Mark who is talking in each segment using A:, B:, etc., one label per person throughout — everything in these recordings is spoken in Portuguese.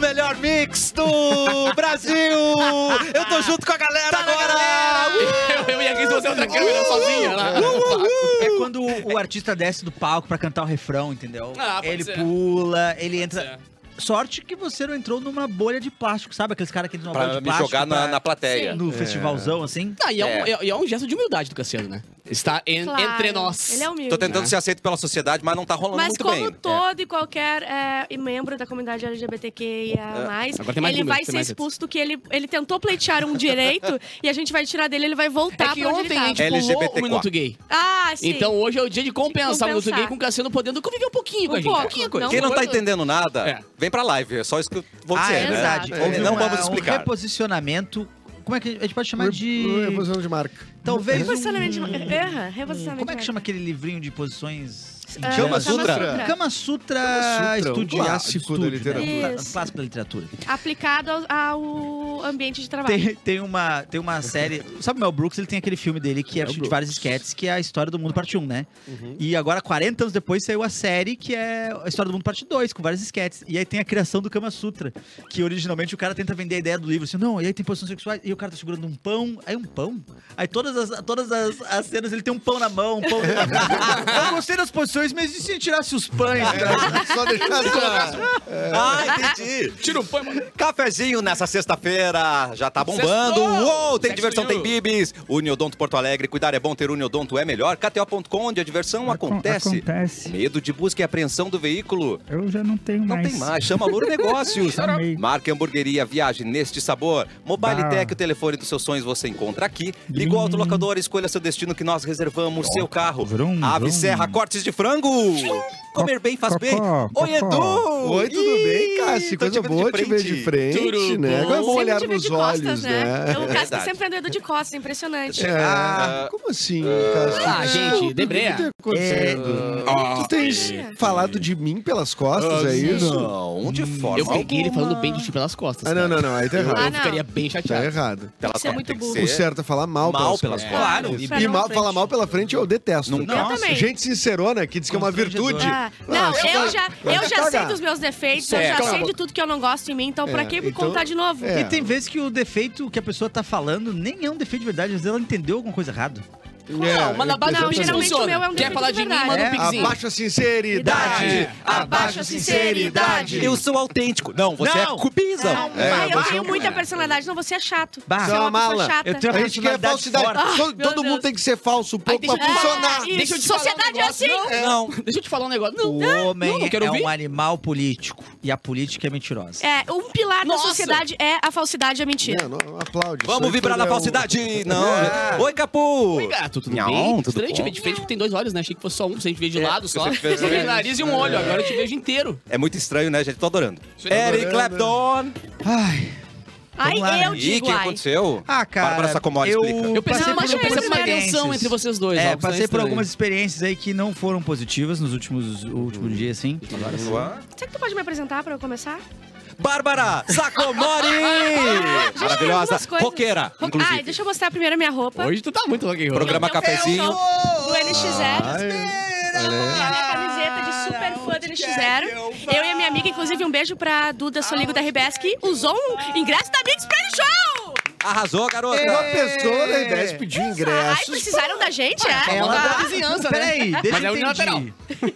A: melhor mix do Brasil! Eu tô junto com a galera agora!
B: Eu, eu ia aqui se você outra câmera sozinha né? lá.
C: É quando o artista desce do palco pra cantar o refrão, entendeu?
B: Ah, pode
C: ele
B: ser.
C: pula, ele entra.
B: É.
C: Sorte que você não entrou numa bolha de plástico, sabe? Aqueles caras que entram numa bolha
D: Pra
C: de
D: me
C: plástico
D: jogar na,
C: pra-
D: na plateia.
C: no festivalzão, assim.
B: Ah, e é, Um,
D: É.
B: é- e é um gesto de humildade do Cassiano, né? Está en-
E: Claro,
B: entre nós.
E: Ele é humilde.
D: Tô tentando ser aceito pela sociedade, mas não tá rolando
E: Mas
D: muito
E: como
D: bem.
E: todo e qualquer é, membro da comunidade LGBTQIA+,
B: Agora tem mais
E: ele
B: números,
E: vai
B: tem
E: ser
B: mais
E: expulso do que ele, ele tentou pleitear um direito e a gente vai tirar dele ele vai voltar
B: É que
E: pra onde
B: ontem a
E: ele
B: gente
E: tava.
B: pulou
D: LGBT4.
B: o Minuto Gay.
E: Ah, sim.
B: Então hoje é o dia de compensar, o Minuto
E: compensar.
B: Gay com o Cassiano podendo conviver um pouquinho com
E: Um
B: a gente.
E: pouco,
B: pouquinho, coisa.
E: não
D: Quem não tá
B: Coisa-
D: entendendo nada,
B: É.
D: vem pra live. É só isso que eu vou
C: ah,
D: dizer,
C: é
D: né?
C: verdade.
E: É,
C: Houve
D: não
C: uma-
D: vamos
C: Um
D: explicar.
C: reposicionamento. Como é que a gente pode chamar de.
F: Reposição de marca.
C: Talvez. um-
E: Reposicionamento de... Erra, reposicionamento
C: Como é que
E: de-
C: chama aquele livrinho de posições?
E: Ah,
C: indianas?
D: Kama Sutra?
C: Kama Sutra,
F: Kama Sutra, um
C: Estudi-
F: clássico
C: Estúdio,
F: da
C: né?
F: literatura.
C: Um clássico da literatura.
E: Aplicado ao, ao ambiente de trabalho.
C: Tem, tem uma, tem uma série. Sabe o Mel Brooks? Ele tem aquele filme dele que é de vários sketches, que é a história do mundo parte 1, né? E agora, 40 anos depois, saiu a série que é a história do mundo parte 2, com vários sketches. E aí tem a criação do Kama Sutra, que originalmente o cara tenta vender a ideia do livro assim, não, e aí tem posições sexuais, e o cara tá segurando um pão, aí um pão. Aí todas as, todas as, as cenas ele tem um pão na mão, um pão. Eu gostei das posições, mas e se tirasse os pães, cara?
F: É Só deixar assim, claro.
D: Ah, entendi.
B: Tira o pão, mano.
D: Cafezinho nessa sexta-feira, já tá bombando.
B: Sextou!
D: Uou, tem
B: Sexto
D: diversão,
B: you.
D: tem bibis. Uniodonto Porto Alegre, cuidar é bom, ter Uniodonto é melhor. KTO.com, onde a diversão
G: Acon-
D: acontece.
G: Acontece.
D: Medo de busca e apreensão do veículo?
G: Eu já não tenho
D: Não
G: mais.
D: tem mais, chama Louro Negócios.
G: Amei.
D: Marca hamburgueria, viagem neste sabor. Mobile
G: Bah.
D: Tech, o telefone dos seus sonhos você encontra aqui. Liga o
G: Hum.
D: autolocador, escolha seu destino que nós reservamos seu carro.
G: Vrum,
D: Ave
G: vrum.
D: Serra, cortes de frango. Comer bem faz bem.
G: cocó,
D: Oi,
G: cocó.
D: Edu!
F: Oi, tudo bem,
D: Ih,
F: Cássio?
D: tô
F: Coisa
D: vendo
F: boa te ver de frente,
B: Tudo
F: né? Agora é bom
E: Sempre
F: olhar
E: te vê
F: nos
E: de
F: olhos,
E: costas,
F: né?
E: O Cássio tá
D: Verdade.
E: sempre andando de costas, é impressionante.
D: É.
F: Ah, como assim, Cássio?
B: Ah, gente, Debreia.
F: O que tá acontecendo? Tu tens falado de mim pelas costas,
D: Ah,
F: é isso?
D: Não, de
F: Hum.
D: forma
B: Eu peguei ele falando bem de ti pelas costas.
F: Ah, não,
B: cara.
F: não, não. Aí tá
B: Eu,
E: Ah,
B: eu
F: errado.
E: não.
B: ficaria bem
F: Tá
B: chateado.
F: errado.
D: Pela
E: Isso é
D: forma,
E: muito
D: tem que
E: burro.
D: ser.
F: O certo é falar mal,
D: Mal
F: pelas
D: pelas
F: costas.
D: costas.
C: Claro.
F: E,
E: Pra não
F: mal-
E: frente.
F: falar mal pela frente eu detesto.
D: Não-
E: Eu também.
F: Gente sincerona que diz que é uma
C: Constrangedor.
F: virtude.
E: Ah,
F: Ah,
E: não,
F: isso
E: eu
F: tá-
E: já,
F: vai
E: eu
F: se
E: já sei
F: cagar.
E: dos meus defeitos,
B: É,
E: eu já
B: cala
E: sei
B: a
E: de tudo que eu não gosto em mim, então pra
F: É,
E: que me
F: então-
E: contar de novo?
F: É.
C: E tem vezes que o defeito que a pessoa tá falando nem é um defeito de verdade, às vezes ela entendeu alguma coisa errada.
F: É,
B: Não, mas na base
E: Não,
B: não,
E: geralmente
B: funciona.
E: o meu é um
B: Quer
E: defeito
B: falar
E: de
B: de mim,
E: verdade.
B: manda um
E: É,
B: pixinho.
F: Abaixo a sinceridade.
E: Abaixo a sinceridade.
D: Eu sou autêntico. Não, você
C: Não.
D: é cubismo.
E: Não,
F: É,
E: vai, eu
F: você é
E: tenho
F: um-
E: muita personalidade, não, você é chato.
C: Bah.
E: você
F: Você
E: é
F: é uma
E: uma pessoa
F: mala.
E: chata.
C: Eu tenho
F: A gente quer
C: personalidade
F: falsidade.
C: forte.
F: Todo,
E: meu
F: todo
E: Deus.
F: mundo tem que ser falso um
B: Aí
F: pouco
B: deixa
F: pra
B: eu te falar.
F: funcionar.
E: isso.
B: Deixa eu te
E: Sociedade é
B: falar um negócio.
E: assim.
B: Não, não, deixa eu te falar um negócio. Não,
C: O
B: não,
C: homem
B: não quero
C: é
B: ouvir.
C: um animal político e a política é mentirosa.
E: É, um pilar
B: Nossa.
E: da sociedade é a falsidade e a mentira.
F: Não, não, aplaude.
D: Vamos
F: Isso
D: vibrar na
F: é um-
D: falsidade. Não. né?
F: É.
D: Oi, Capu.
B: Oi, gato, tudo
D: Não,
B: bem?
D: tudo
B: Estranho te
D: bom? É,
B: ver de frente, porque tem dois olhos, né? Achei que fosse só um, você te vê de lado só.
D: você
B: Eu
D: fez-
B: vejo o nariz e um olho, agora eu te vejo inteiro.
D: É muito estranho, né, gente? Tô adorando.
B: Sim,
D: Eric Clapton.
F: adorando.
C: Ai,
E: Ai,
C: Vamos lá,
E: eu
C: né?
D: Ih, o
E: digo
D: que
E: ai.
D: aconteceu?
C: ah, cara.
D: Bárbara Sacomori
C: eu
D: explica.
C: passei
B: Eu percebo,
C: por
E: mas
B: eu
E: algumas
B: percebo uma
E: experiências.
B: tensão entre vocês dois.
C: É,
B: algo
C: passei por
B: estranho.
C: algumas experiências aí que não foram positivas nos últimos últimos dias, assim.
E: Será que tu pode me apresentar pra eu começar?
D: Bárbara Sacomori.
E: Já
D: Maravilhosa.
E: algumas coisas. Ah,
D: Roqueira,
E: Ai,
D: inclusive.
E: deixa eu mostrar primeiro a minha roupa.
B: Hoje tu tá muito rock and roll.
D: Programa
E: Eu tenho um
D: Cafezinho.
E: show Do NX0.
F: Ah, é.
E: E
F: Olha
E: a minha camiseta de super fã do NX0. Eu e a minha amiga, inclusive, um beijo pra Duda Soligo da RBS, que usou um ingresso da Mix pra ir no show!
D: Arrasou, garota.
F: aí. Uma pessoa da IDES pediu
E: Ai,
F: ingressos.
E: precisaram da gente, é?
C: Ela
E: Ah,
C: da vizinhança, né? Peraí, deixa
B: Mas é
C: eu entender.
B: unilateral.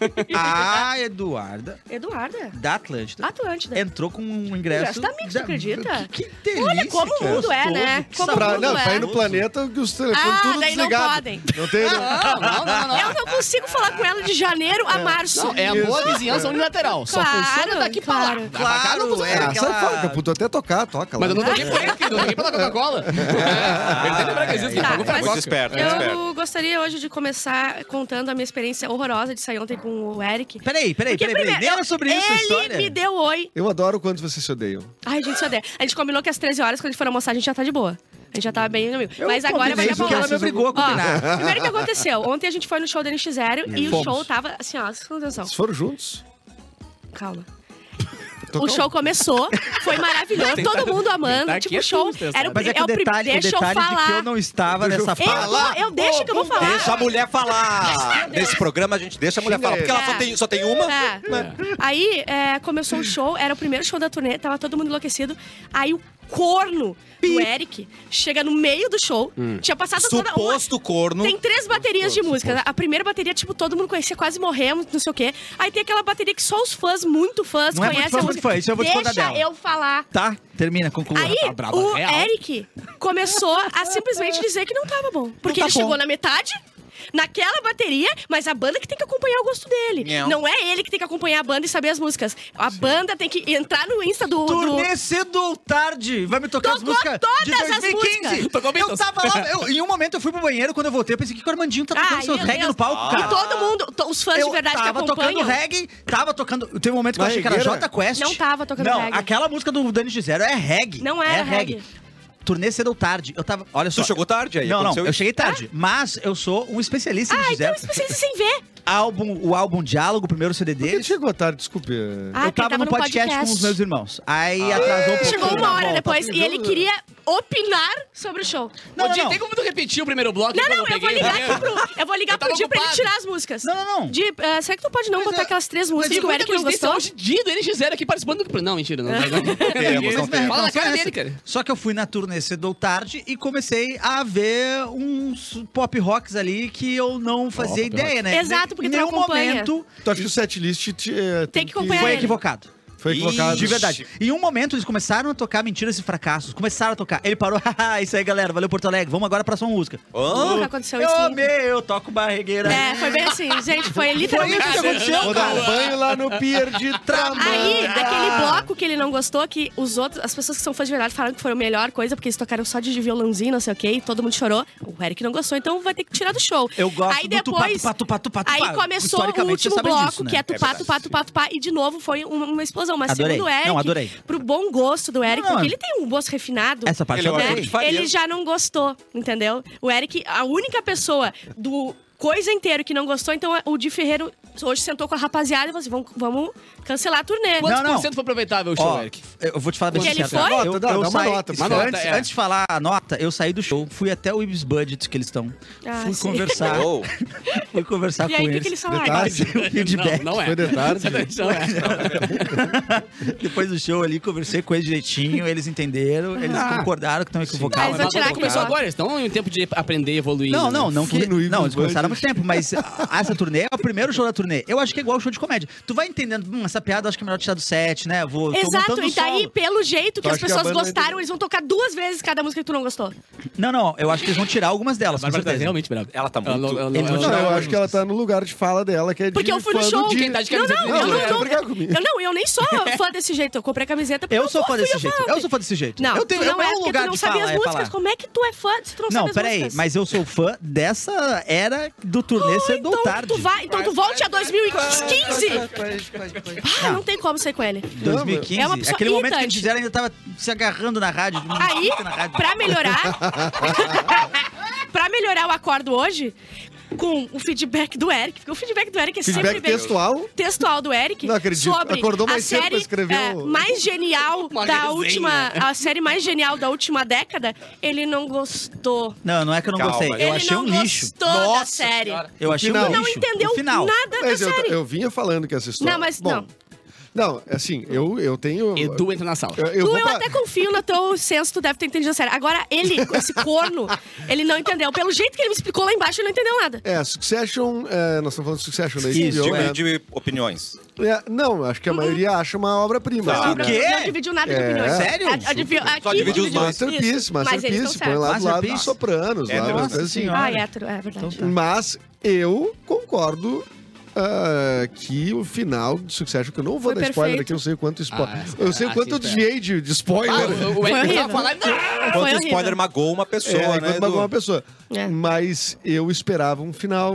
C: A Eduarda,
E: Eduarda,
C: da Atlântida,
E: Atlântida.
C: entrou com um ingresso...
E: Ingresso da Mix, tu acredita?
C: Que, que delícia,
E: Olha como o
C: cara.
E: mundo é, né?
C: Que
E: Como o
F: Pra,
E: mundo
F: não, pra
E: é.
F: ir no planeta que os telefones
E: Ah,
F: tudo
E: daí não
F: desligado.
E: podem.
F: Não tem. né?
B: Não, não, não, não.
E: Eu não consigo falar com ela de janeiro a março.
B: Não, é a boa vizinhança unilateral. Só
E: Claro,
B: funciona daqui
E: claro.
B: pra lá. Dá pra cá, não
C: Claro,
B: funciona.
C: é
F: Ah, sai
C: aquela-
F: fora, Caputo. Até tocar, toca lá.
B: Mas eu não toquei por ele, querido. Eu toquei pela Coca-Cola. É, Ele tem que lembrar que existe. Ele
E: Tá,
B: pagou pra
D: Muito
E: mas-
C: é
B: Coca.
D: esperto, muito esperto.
E: Eu gostaria hoje de começar contando a minha experiência horrorosa de sair ontem com o Eric.
C: Peraí, peraí,
E: Porque
C: peraí, peraí.
E: primeiro,
C: Nem era sobre isso a
E: Ele
C: história.
E: me deu oi.
F: Eu adoro quando vocês se odeiam.
E: Ai, gente, se odeia. A gente combinou que às 13 horas, quando a gente for almoçar, a gente já tá de boa. A gente já tava bem amigo. Mas agora
C: combinei
E: vai dar pra
C: porque ela me obrigou a combinar.
E: Ó, primeiro que aconteceu. Ontem a gente foi no show do NX0 e o show tava assim, ó, presta atenção.
F: Vocês foram juntos?
E: Calma.
F: Então,
E: O show começou, foi maravilhoso, todo mundo amando.
B: tá
E: tipo,
B: aqui é
E: show.
B: susto essa.
E: Era o,
C: Mas é que
E: é
C: o
E: o prim-
C: detalhe, o
E: Deixa eu
C: detalhe de que
E: falar.
C: eu não estava nessa
E: Eu
C: fala.
E: vou, eu deixo que eu vou falar.
D: Deixa a mulher falar. Nesse programa a gente deixa a mulher falar, porque ela só tem, só tem uma. Né?
E: Tá. É. Aí é, começou o show, era o primeiro show da turnê, tava todo mundo enlouquecido. Aí o corno do Eric chega no meio do show, tinha passado toda uma...
D: Hum. Suposto corno.
E: Tem três baterias de música. A primeira bateria, tipo, todo mundo conhecia, quase morremos, não sei o quê. Aí tem aquela bateria que só os fãs, muito fãs,
C: Não é muito
E: conhecem
C: fã,
E: a
C: muito
E: música.
C: fã, isso eu vou te
E: Deixa
C: contar dela.
E: eu falar.
C: Tá, termina, conclua.
E: Aí
B: tá brava,
E: o
B: real.
E: Eric começou a simplesmente dizer que não tava bom. Porque
A: tá
E: ele
A: bom.
E: chegou na metade, naquela bateria, mas a banda que tem que acompanhar o gosto dele.
D: Não.
E: Não, é ele que tem que acompanhar a banda e saber as músicas. A banda tem que entrar no Insta do. do...
C: Turnê cedo ou tarde, vai me tocar as
E: Tocou
C: músicas de
E: todas as
C: 2015.
E: músicas.
B: Tocou
C: eu
B: Beatles.
C: tava lá, eu- em um momento eu fui pro banheiro, quando eu voltei eu pensei que o Armandinho tá tocando
E: Ai,
C: seu
E: Ah, meu
C: reggae
E: Deus.
C: no palco,
E: E
C: cara.
E: todo mundo, to- os fãs de verdade que
C: Ah. tava tocando
E: acompanham.
C: reggae, tava tocando. Teve um momento que eu achei que era
F: Barrigueira?
C: Jota Quest.
E: Não tava tocando
C: não,
E: reggae.
C: Aquela música do Dani Gizero é reggae.
E: Não era
C: é reggae.
E: reggae.
C: Turnê cedo ou tarde. Eu tava. Olha só.
D: Tu chegou tarde aí?
C: Não, não,
D: aconteceu
C: eu
D: isso?
C: cheguei tarde. Mas eu sou um especialista em
E: Ah, então
C: Gizero.
E: isso precisa sem ver.
C: Álbum, o álbum Diálogo, o primeiro CD
F: Ele
C: deles.
F: chegou tarde, desculpe. é.
E: Ah,
C: eu
E: porque
C: tava, no podcast, com os meus irmãos. Aí atrasou um pouquinho.
E: Ah, Chegou uma hora
C: Volta.
E: depois e ele queria opinar sobre o show.
C: Não,
B: Ô,
C: não,
B: Di,
C: não.
B: tem como tu repetir o primeiro bloco?
E: Não,
B: que
E: não, eu vou
B: peguei?
E: ligar aqui pro. Eu vou ligar
B: Eu tava
E: pro Di pra ele
B: ocupado.
E: tirar as músicas.
C: Não, não, é. não.
E: Di, ah, será que tu pode não botar aquelas três
B: Mas
E: músicas
B: tem
E: que o
B: muita
E: Eric não
B: coincidência
E: gostou?
B: hoje, Di do NX Zero aqui participando do... Não, mentira, não. não, não.
D: temos, não temos.
B: Fala na
C: só
B: cara
C: essa.
B: dele, cara.
C: Só que eu fui na turnê cedo ou tarde e comecei a ver uns pop rocks ali que eu não fazia ideia, né?
E: Exato, porque
C: em
E: tu não
C: nenhum
E: acompanha.
C: momento
F: Tu acha que o setlist te, é,
E: Tem que acompanhar
C: foi
E: ele.
C: equivocado.
F: foi equivocado?
C: De verdade. Em um momento eles começaram a tocar mentiras e fracassos. Começaram a tocar. Ele parou, haha, isso aí galera, valeu Porto Alegre, vamos agora pra sua música.
D: Hã?
E: Nunca aconteceu
C: eu
E: isso.
C: amei, eu toco barregueira.
E: É, foi bem assim, gente. Foi
C: Foi
E: literalmente.
C: isso que
E: assim.
C: aconteceu,
F: Vou dar
C: cara.
F: um banho lá no pier de Tramanda.
E: Aí, né? aquele bloco que ele não gostou, que os outros, as pessoas que são fãs de verdade falaram que foi a melhor coisa, porque eles tocaram só de violãozinho, não sei o quê, e todo mundo chorou. O Eric não gostou, então vai ter que tirar do show.
C: Eu gosto
E: aí
C: do tupá,
E: depois,
C: tupá, tupá, tupá, tupá.
E: Aí começou o
C: Historicamente,
E: último
C: você sabe
E: bloco,
C: disso, né?
E: que é
D: É
E: tupá,
D: verdade.
E: tupá, tupá, tupá, e de novo foi um, uma, uma explosão. Mas
C: Adorei.
E: segundo o Eric,
C: Não, adorei.
E: pro bom gosto do Eric,
C: Não,
E: porque
C: é-
E: ele tem um gosto refinado. né?
C: Essa parte
D: Ele
C: eu
D: é o
C: adorei.
D: Eric. faria.
E: Ele já não gostou, entendeu? O Eric, a única pessoa do coisa inteiro que não gostou, então o Di Ferreiro hoje sentou com a rapaziada e falou assim: vamos, vamos cancelar a turnê.
B: Quantos
C: Ah, Não, não.
B: por cento foi aproveitável o show,
C: Ó,
B: Eric?
C: eu vou te falar bem
E: Porque ele
C: sincero.
E: foi?
C: Eu,
F: Nota, dá-
C: eu
F: dá uma
C: saí-
F: nota, uma
C: Espera,
B: nota,
C: antes,
B: é.
C: antes de falar a nota, eu saí do show, fui até o Ibis Budget que eles estão.
E: Ah,
C: fui
E: sim.
C: conversar,
D: Oh.
C: fui conversar com
E: E aí, o que,
C: eles.
E: que eles falaram?
F: Detalhe.
C: Passei o feedback.
B: Não, não é.
F: Foi de tarde.
B: Não é.
C: Depois do show ali, conversei com eles direitinho, eles entenderam, eles concordaram que estão
E: Mas
C: equivocados.
E: vai tirar aqui,
B: começou
E: ó.
B: agora, eles estão em tempo de aprender e evoluir.
C: Não,
B: né?
C: não, não
F: Fui
C: que.
F: no Ibis
C: Não, eles começaram há muito
F: Budget.
C: tempo, mas a- essa turnê é o primeiro show da turnê. Eu acho que é igual o show de comédia. Tu vai entendendo, hum, essa piada eu acho que é melhor tirar do set, né? Vou, tô
E: Exato,
C: montando
E: e daí,
C: solo.
E: pelo jeito que
F: Tu
E: as
F: acha que a
E: pessoas
F: banda
E: gostaram,
F: ainda-
E: eles vão tocar duas vezes cada música que tu não gostou.
C: Não, não, eu acho que eles vão tirar algumas delas, com
B: Bárbara tá
C: certeza.
B: realmente brava.
D: Ela tá muito-
B: não- ela não-
C: Eles vão
B: ela
F: Não,
B: não-
F: eu acho que ela tá no lugar de fala dela, que é de
E: Porque eu fui no
F: fã do
E: show.
F: Di.
B: Quem tá de
E: Não,
B: camiseta
E: não,
B: do
E: eu
B: Di,
E: não
B: né?
C: é
E: sou.
F: Brigar comigo.
E: Eu não, eu nem sou fã desse jeito. Eu comprei a camiseta porque
C: Eu sou
E: tô-
C: fã
E: fui
C: desse
E: eu
C: jeito. Eu sou fã desse jeito.
E: Não,
C: eu tenho
E: tu não
C: eu
E: é
C: é um
E: porque
C: lugar
E: tu não
C: de
E: sabia
C: falar,
E: as
C: é
E: músicas.
C: falar.
E: Como é que tu é fã se tu não,
C: Não,
E: sabe as
C: peraí,
E: músicas?
C: mas eu sou fã dessa era do turnê cedo ou
E: então
C: tarde.
E: tu vai, então tu volte a 2015. Ah, não tem como sair com ele.
C: 2015.
E: É uma pessoa
C: Aquele momento que
E: irritante.
C: eles fizeram ainda tava se agarrando na rádio. de-
E: Aí,
C: na rádio.
E: pra melhorar, pra melhorar o acordo hoje, com o feedback do Eric, porque o feedback do Eric é sempre
F: Feedback
E: bem-
F: textual.
E: textual do Eric
F: Não acredito.
E: sobre
F: Acordou mais
E: a
F: cedo pra
E: série
F: escrever
E: é,
F: o-
E: mais genial
B: Uma
E: da
B: resenha.
E: última, a série mais genial da última década, ele não gostou.
C: Não, não é que eu não
D: Calma,
C: gostei. Eu
E: ele
C: achei
E: não
C: um
E: gostou
C: lixo.
E: da
C: Nossa,
E: série.
C: Eu achei
F: final.
C: um lixo.
E: Não entendeu
C: O final.
E: nada
F: Mas
E: da
F: eu,
E: série.
F: eu vinha falando que essa história.
E: Não, mas
F: Bom,
E: não.
F: Não, assim, eu, eu tenho.
B: Edu é- entra na sala.
F: Eu,
E: tu,
F: vou
E: eu
F: pra-
E: até confio no teu senso, tu deve ter entendido a série. Agora, ele, esse corno, ele não entendeu. Pelo jeito que ele me explicou lá embaixo, ele não entendeu nada.
F: É, Succession. é, nós estamos falando de Succession da
C: Isso,
F: HBO, né?
D: Divide opiniões.
F: É, não, acho
E: Uhum.
F: que a maioria acha uma obra-prima.
D: Tá.
F: assim,
D: O
F: né?
C: quê?
E: Não dividiu nada de
F: É.
E: opiniões.
C: Sério?
E: A, a, divi- aqui
D: Só dividiu os
E: dividiu.
D: dois.
F: Masterpiece,
E: Isso. Mas eles
F: Masterpiece.
E: estão
F: Põe lá do lado dos
C: Masterpiece.
F: Sopranos.
D: É,
F: lá,
D: nossa
F: umas coisas assim.
C: senhora.
E: Ah, é, hétero, é verdade.
F: Então tá. Mas eu concordo ah, que o final de Succession, que eu não vou
E: Foi
F: dar spoiler
E: perfeito.
F: aqui, eu não sei o quanto spoiler.
B: Ah,
F: eu sei o
B: ah,
F: quanto eu
B: sim,
F: desviei de, de
B: Ah,
F: spoiler.
B: o- o Eric
E: horrível.
B: tava falando... "Ah!"
E: Foi
D: Quanto
E: horrível.
D: spoiler magoou uma pessoa,
F: É,
D: né?
F: enquanto
D: Edu?
F: magoa uma pessoa.
E: É.
F: Mas eu esperava um final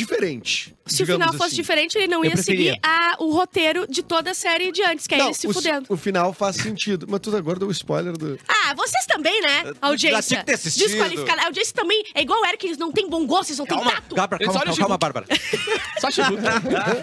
F: diferente.
E: Se o final
F: digamos
E: fosse
F: assim.
E: diferente, ele não
C: Eu
E: ia
C: preferia.
E: seguir a- o roteiro de toda a série de antes, que é
F: Não,
E: ele se
F: o,
E: fudendo.
F: O final faz sentido. Mas tu agora deu o spoiler do.
E: Ah, vocês também, né? A audiência.
D: Já tinha que ter assistido.
E: Desqualificada. A audiência também é igual o Eric, eles não têm bom gosto, eles não têm
D: Calma,
E: tato.
D: Bárbara,
B: Eles
D: calma,
B: olham
D: calma,
B: junto.
D: calma, Bárbara.
B: Só chegou.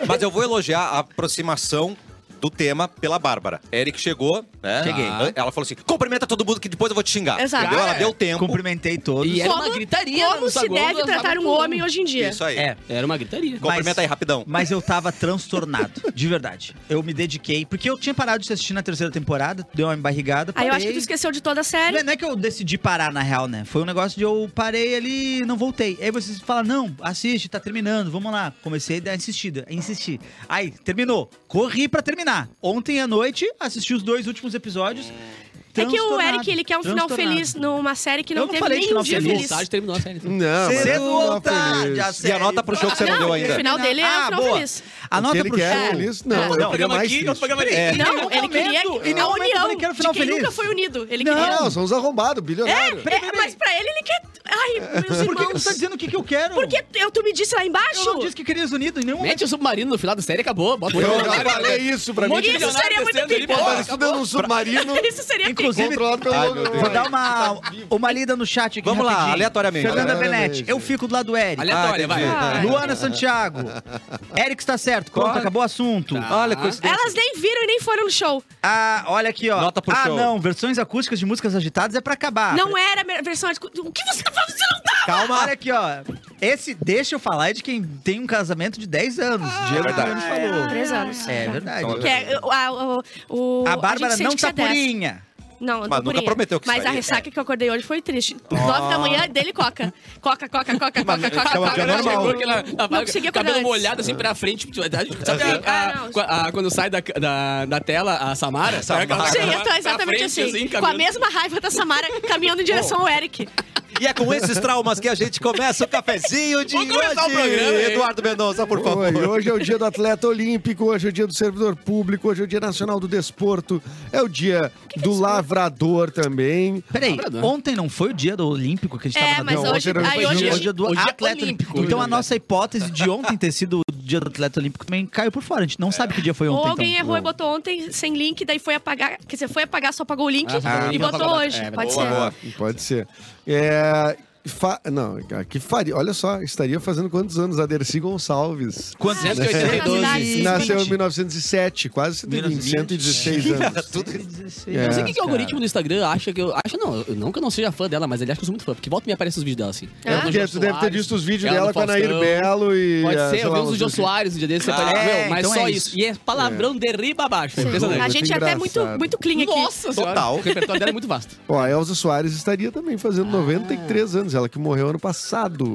D: Mas eu vou elogiar a aproximação do tema pela Bárbara. Eric chegou, né?
C: Cheguei.
D: Ah. Ela falou assim: cumprimenta todo mundo que depois eu vou te xingar.
E: Exato.
D: Entendeu? Ela
B: É.
D: deu tempo.
C: Cumprimentei todos.
B: E era
E: Como-
B: uma gritaria. né,
E: Como
B: no
E: se
B: saguão,
E: deve
B: nós
E: tratar
B: tava
E: um
B: tudo.
E: homem hoje em dia?
D: Isso aí.
C: É.
B: Era uma gritaria.
C: Mas-
D: Cumprimenta aí rapidão.
C: Mas eu tava transtornado, de verdade. Eu me dediquei, porque eu tinha parado de assistir na terceira temporada, deu uma embarrigada.
E: Aí eu acho que tu
C: parei.
E: esqueceu de toda
C: Não
E: a
C: é,
E: série.
C: não é que eu decidi parar, na real, né? Foi um negócio de eu parei ali e não voltei. Aí vocês falam, não, assiste, tá terminando, vamos lá. Comecei a dar insistida, insisti. Aí, terminou. Corri pra terminar. Ontem à noite, assisti os dois últimos episódios.
E: É que o
C: transtornado,
E: Eric, ele quer um final
C: transtornado.
E: feliz numa série que
C: Eu
E: não,
C: não
E: teve
C: falei de
E: nem um
C: final
E: dia
C: feliz.
E: feliz.
B: Tarde terminou a série.
F: Não, mas
C: Cedo
F: não
C: ou
F: tá
C: tarde,
F: feliz.
C: a
D: E
C: série
D: anota pro show que você não deu ainda.
E: o final dele é um
C: Ah,
E: final
C: boa.
E: feliz.
F: O que
C: Anota
F: ele
C: pro
F: quer
C: show.
F: é feliz? Não, eu queria mais triste.
D: É.
E: Não, ele
C: Em
E: queria
C: nenhum
E: a
C: momento eu
E: união
C: falei que era um final
E: de quem
C: feliz.
E: nunca foi unido. Ele queria... um-
F: Não, são os arrombados, bilionários.
E: É, mas pra ele, ele quer... Ai, meus
C: É. Por que que tu
E: irmãos.
C: tá dizendo o que, que eu quero?
E: Porque eu, tu me disse lá
C: eu
E: embaixo?
C: não disse que queria os unidos em nenhum momento.
B: Mete o submarino no final da série e acabou. Bota o
F: Eu já
B: submarino.
F: falei isso pra
B: Um
F: mim.
B: monte de
E: Isso
B: milionário
E: seria muito
B: descendo ali,
E: pipoca.
B: bota-
F: Isso dentro de um submarino
E: Isso seria
C: Inclusive,
F: controlado pelo
D: Ai, meu Deus.
C: vou dar uma,
E: Tá
C: uma lida no chat aqui
D: Vamos lá,
C: rapidinho.
D: aleatoriamente.
C: Fernanda
F: Aleatoriamente.
C: Benete, eu fico do lado do Eric.
B: Aleatória, vai.
E: Ah,
C: Luana Santiago. Eric está certo. Pronto,
D: Claro.
C: acabou o assunto.
D: Olha, coisa.
E: Elas nem viram e nem foram no show.
C: Ah, olha aqui, ó.
D: Nota pro
C: ah,
D: show.
C: não, versões acústicas de músicas agitadas é pra acabar.
E: não era a me- versão... de- O que você tá falando? Você não tá...
C: Calma. Olha aqui, ó. Esse, deixa eu falar, é de quem tem um casamento de 10 anos. Diego
D: verdade.
C: Fernandes falou.
E: Ah, Três anos.
C: É verdade.
E: Que é, o- a, o- o-
C: A
E: gente
C: Bárbara
E: sente
C: não
E: que isso
C: tá
E: é dessa.
C: purinha.
E: Não, eu tô
D: Mas nunca
E: purinha.
D: prometeu que
E: Mas
D: isso
E: a
D: aí-
E: ressaca que eu acordei hoje foi triste. Nove da manhã, é dele coca. Coca, coca, coca,
D: é
E: coca, coca,
D: uma
E: coca.
D: coisa
B: Ela
E: coca.
D: normal.
B: chegou aqui na, na vaga,
E: consegui acordar
B: cabelo
E: antes.
B: molhado assim pra frente. tipo, Sabe a-
E: Ah,
B: a-
E: não.
B: qu- a- quando sai da, da, da tela a Samara? sabe aquela-
D: Samara.
E: Sim, eu tô
B: pra
E: exatamente
B: Tá frente,
E: assim. com a
B: cabelo-
E: mesma raiva da Samara caminhando em direção ao Eric.
D: E é com esses traumas que a gente começa o cafezinho de
B: Vamos começar
D: hoje.
B: o programa, hein?
D: Eduardo Mendonça, por favor.
F: Oi, hoje é o dia do atleta olímpico, hoje é o dia do servidor público, hoje é o dia nacional do desporto, é o dia do lavrador também.
C: Peraí,
B: Abra, né?
C: ontem não foi o dia do Olímpico que a gente
E: É,
C: tava
E: mas
C: na
F: Não,
E: hoje.
F: ontem não
E: Aí
F: foi
E: hoje.
C: Hoje é o
E: hoje
C: dia do
B: hoje é
C: atleta
B: olímpico,
C: olímpico. Então
B: na
C: a nossa hipótese de ontem ter sido o dia do atleta olímpico também caiu por fora. A gente não sabe que dia
D: um
C: foi
E: ou
C: ontem.
E: alguém
C: então.
E: errou e botou ontem sem link, daí foi apagar. Quer dizer, foi apagar, só apagou o link
B: Ah, só apagou o
E: e
B: link,
E: botou
B: apagou a data.
E: hoje.
B: É,
E: Pode
D: boa,
E: ser.
D: boa.
F: Pode ser. É, fa- Não, que faria. Olha só, estaria fazendo quantos anos a Dercy Gonçalves?
C: Quantos anos? é
B: 182.
F: Nasceu em 1907, quase 116 anos.
B: Eu sei o
F: É,
B: que, que o algoritmo do Instagram acha que eu. Acha não, eu- não que eu não seja fã dela, mas ele acha que eu sou muito fã, porque volta e me aparece os vídeos dela assim. Ela
E: Ah.
B: no
F: Porque
B: Jô
F: tu deve ter
B: Soares,
F: visto os vídeos
B: ela no
F: dela com a Nair
B: Faustão.
F: Belo e.
B: Pode
F: ah,
B: ser,
F: sei
B: eu
F: lá,
B: vi uns do Jô
F: outros-
B: Soares no dia desse, você
C: Ah,
B: pode
C: é,
B: meu, mas
C: então
B: só
C: é
B: isso.
C: isso.
B: E é palavrão derriba abaixo. É impressionante.
E: A gente é até muito,
F: engraçado.
E: muito clean aqui.
B: Nossa senhora,
D: Total.
B: O repertório dela é muito vasto.
F: Ó, a Elza Soares estaria também fazendo 93 anos, ela que morreu ano passado,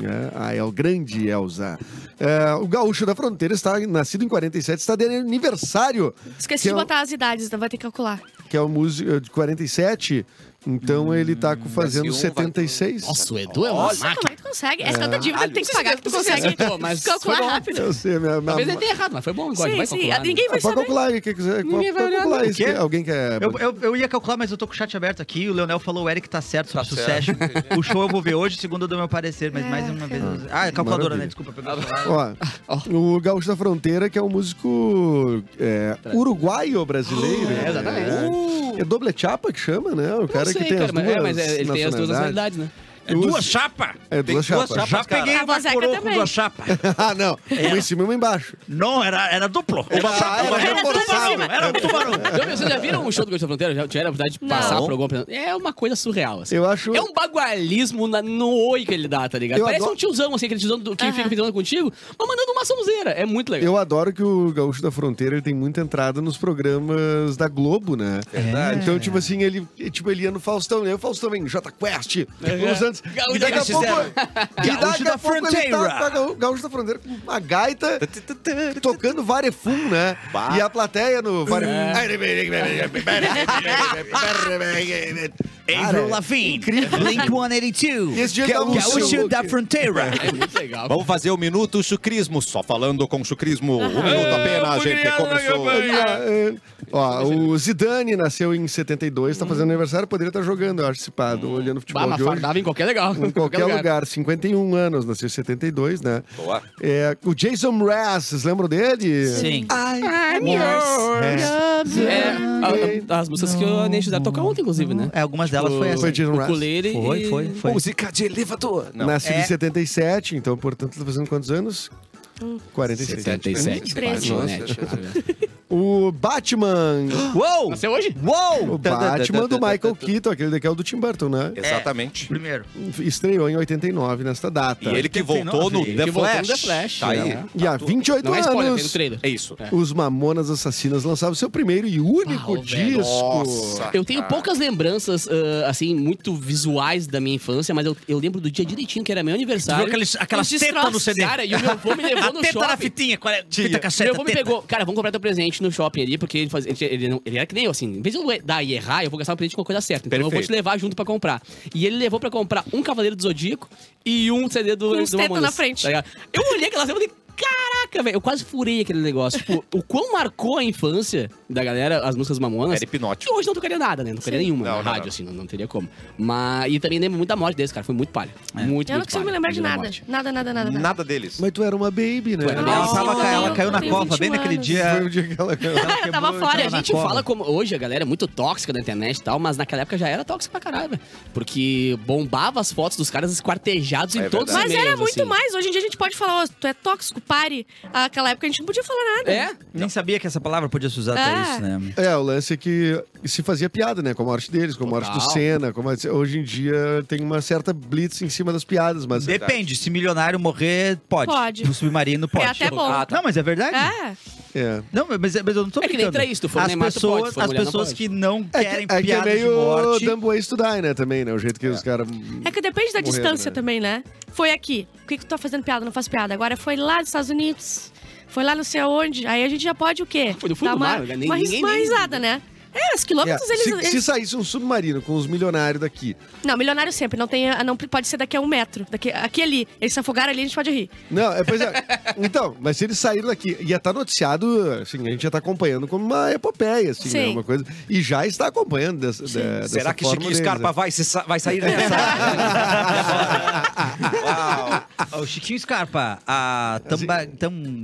F: né? A El Grande Elza. É, o gaúcho da fronteira está nascido em 47, está de aniversário,
E: Esqueci
F: Que
E: de
F: eu-
E: botar as idades, vai ter que calcular.
F: que é o músico de 47. Então ele tá com- fazendo
D: Brasil vai-
F: 76.
B: Nossa, o Edu é uma
E: Nossa, como é que tu consegue? É tanta dívida que tem que
B: Isso
E: pagar que tu
B: deve- isso
E: consegue
B: deve- Pô, mas
E: calcular
B: foi bom.
E: rápido.
F: Eu sei, minha, minha,
B: Talvez ele tenha errado, mas foi bom. Agora,
E: Sim,
B: vai
E: sim.
B: calcular, né?
E: Ah, Ninguém vai
F: Ah, pode
E: saber.
F: calcular aí, quem quiser. Pode
B: vai olhar,
F: calcular
C: não.
F: isso.
C: O quê?
F: Alguém quer.
C: Eu, eu, eu ia calcular, mas eu tô com o chat aberto aqui. O Leonel falou, o Eric tá certo sobre sucesso. O show eu vou ver hoje, segundo eu dou meu parecer, mas mais uma vez. Ah, é calculadora,
F: Maravilha.
C: né? Desculpa, peguei o celular.
F: Ó, o Gaúcho da Fronteira, que é um músico é, uruguaio brasileiro.
B: É, exatamente. Uh.
F: É, é doble chapa que chama, né? O cara que tem as
B: mas,
F: duas.
B: é, mas é, ele tem as duas
F: nacionalidades.
B: nacionalidades, né?
G: É duas chapas?
F: É
D: Tem
F: duas chapas.
C: Já Tá
D: cara.
C: peguei
E: A
C: uma
E: Vozeca
C: coroa com
E: também.
C: duas chapas.
F: ah, não.
B: É.
F: Uma em cima e uma embaixo.
G: Não, era, era duplo. Uma
F: Ah, era
E: Era duas em
F: reforçado.
E: cima.
G: Era um tubarão.
B: Então, vocês já viram o show do Gaúcho da Fronteira? Já tiveram a oportunidade de
E: Não.
B: passar por alguma apresentação? É uma coisa surreal, assim.
F: Eu acho.
B: É um bagualismo na- no oi que ele dá, tá ligado?
F: Eu
B: Parece
F: adoro-
B: um tiozão, assim, aquele tiozão do, que
E: Aham.
B: fica pintando contigo, mas mandando uma sonzeira. É muito legal.
F: Eu adoro que o Gaúcho da Fronteira ele tem muita entrada nos programas da Globo, né?
B: É
F: Verdade. Então, tipo assim, ele, tipo, ele ia no Faustão, né? O Faustão vem, J Quest, Los
B: É.
F: Santos.
B: Gaúcho
F: E daqui a
B: da
F: pouco. E
G: Gaúcho
F: daqui a
G: da
F: pouco ele tá,
G: Fronteira.
F: tá Gaú- Gaúcho da Fronteira com uma gaita
B: Tá
F: tocando Varefum, né? E a plateia no É, Varefum.
D: É.
C: Avril Lavigne, Blink 182,
F: E é esse dia tava o
C: Gaúcho
F: seu-
C: da Fronteira.
B: É muito legal.
D: Vamos fazer o Minuto Chucrismo, só falando com chucrismo. Um minuto apenas, gente. Começou.
F: É, é. Ó, o Zidane nasceu em 72, tá fazendo aniversário, poderia estar jogando, eu acho, se pá, olhando o
B: Bah,
F: futebol
B: mas
F: de hoje.
B: fardava em qualquer legal.
F: Em qualquer lugar. 51 anos, nasceu em 72, né?
D: Boa.
F: É, o Jason Mraz, vocês lembram dele?
C: Sim.
B: É, a- a- as músicas que o Ney José tocou ontem, inclusive, né?
C: É, algumas delas
E: Tipo,
C: foi essa.
F: Foi Jason
B: O
F: Mraz.
B: Culeire
C: Foi,
B: e-
C: foi,
E: assim?
C: foi.
D: Música de elevador. Não.
F: Nascido
C: É.
F: em 77, então, portanto, tá fazendo quantos anos? 46.
B: 77.
E: Treze.
B: Patinete.
F: O Batman.
C: Uou!
B: né? Nasceu hoje?
C: Uou!
F: O Batman do Michael Keaton, aquele daqui é o do Tim Burton, né?
D: Exatamente.
C: Primeiro.
F: Estreou em 89, nesta data.
D: E ele que voltou no
C: 89,
D: The
B: que voltou no
D: Flash.
B: The Flash,
D: Tá aí.
B: né?
F: E há 28
B: Não é spoiler, tem no
F: anos,
B: trailer.
D: É isso.
F: os Mamonas Assassinas lançavam seu primeiro e único
B: Uau, velho.
F: disco.
B: Eu tenho poucas lembranças, ah, assim, muito visuais da minha infância, mas eu, eu lembro do dia direitinho que era meu
G: Viu
B: aniversário.
G: aqueles, aquelas
E: Os
G: tetas no
E: destroços,
G: CD?
B: Cara, e o meu avô me levou
G: A
B: no
G: teta na
B: shopping.
G: fitinha, qual é? Fita
B: Meu
G: cassete,
B: avô me
G: teta.
B: pegou, cara, vamos comprar teu presente no shopping ali, porque ele, fazia, ele, tinha- ele não- ele era que nem eu, assim, em vez de eu dar e errar, eu vou gastar o presente com a coisa certa. Então eu vou
D: Perfeito.
B: te levar junto pra comprar. E ele levou pra comprar um Cavaleiro do Zodíaco e um CD do,
E: Com os
B: do
E: tetos
B: Mamonas,
E: na frente.
B: tá ligado? eu olhei aquela cena e falei, caraca, velho, eu quase furei aquele negócio. Tipo, o quão marcou a infância da galera, as músicas Mamonas.
D: Era hipnótico.
B: Que hoje não tocaria nada, né? Não tocaria nenhuma
D: Não,
B: na
D: não,
B: rádio,
D: não.
B: assim, não, não teria como. Mas, e também lembro muito da morte desse, cara, foi muito palha.
D: É.
B: Muito,
E: Eu não
B: muito
E: consigo
B: palha,
E: me lembrar de
B: da
E: nada.
B: morte.
E: Nada, nada, nada, nada.
D: Nada deles.
F: Mas tu era uma baby, né?
B: Tu era
F: Ela
B: baby.
C: Ela,
E: Nossa,
C: tava,
E: eu
C: ca- ela
E: tenho-
C: caiu na
E: eu tenho
C: cova, bem
E: 21
C: naquele
E: anos.
C: dia.
F: Foi o dia que ela caiu.
E: Eu
C: quebrou,
E: tava fora,
B: Olha, a
C: tava na
B: gente
C: cova.
B: fala como hoje a galera é muito tóxica na internet e tal, mas naquela época já era tóxica pra caralho, velho. Porque bombava as fotos dos caras esquartejados em
D: É
B: todos os
D: verdade.
E: Mas
B: meios,
E: era muito
B: assim.
E: mais. Hoje em dia a gente pode falar, ó, tu é tóxico, pare. Aquela época a gente não podia falar nada.
B: É?
C: Nem sabia que essa palavra podia se usar pra
E: É.
C: isso, né?
F: É, o lance é que se fazia piada, né? Com a morte deles, com a morte do
B: Total.
F: Senna. Como a- hoje em dia tem uma certa blitz em cima das piadas, mas.
D: verdade.
C: Depende, se milionário morrer, pode.
E: Pode.
C: No submarino, pode.
E: até bom. Ah,
C: Não, mas é verdade.
E: É.
F: É.
C: Não, mas, mas eu não tô
B: É que nem
C: brincando.
B: traíço, tu for
C: as
B: Neymar, tu
C: pessoas,
B: pode, se for
C: as
B: mulher, não
C: pessoas
B: pode.
C: que não
F: É
C: querem
F: que, é que é
C: piada de
F: meio
C: morte.
F: dumb ways to die, né? Também, né? O jeito que os caras.
E: É que depende da
F: Morrendo,
E: distância
F: né?
E: também, né? Foi aqui. Por que, que tu tá fazendo piada? Não faz piada. Agora foi lá nos Estados Unidos. Foi lá não sei aonde. Aí a gente já pode o quê?
B: Foi no fundo
E: Dar
B: do
E: uma,
B: mar, né? Nem-
E: uma, ris-
B: ninguém-
E: uma
B: nem-
E: risada, né? É, os quilômetros, eles,
F: se,
E: eles-
F: se saísse um submarino com os milionários daqui.
E: Não, milionário sempre. Não tem, não pode ser daqui a um metro. Daqui, aqui e ali. Eles se afogaram ali, a gente pode rir.
F: Não, é, pois é. Então, mas se eles saíram daqui, ia estar noticiado, assim, a gente ia estar acompanhando como uma epopeia, assim, né?
E: Sim.
F: Uma coisa. E já está acompanhando dessa. da- dessa
D: Será que
F: forma
D: Chiquinho
F: deles,
D: Scarpa
F: né?
D: vai, se sa- vai sair
B: né?
D: dessa? Uau.
C: Ó, O Chiquinho Scarpa, a Tamba,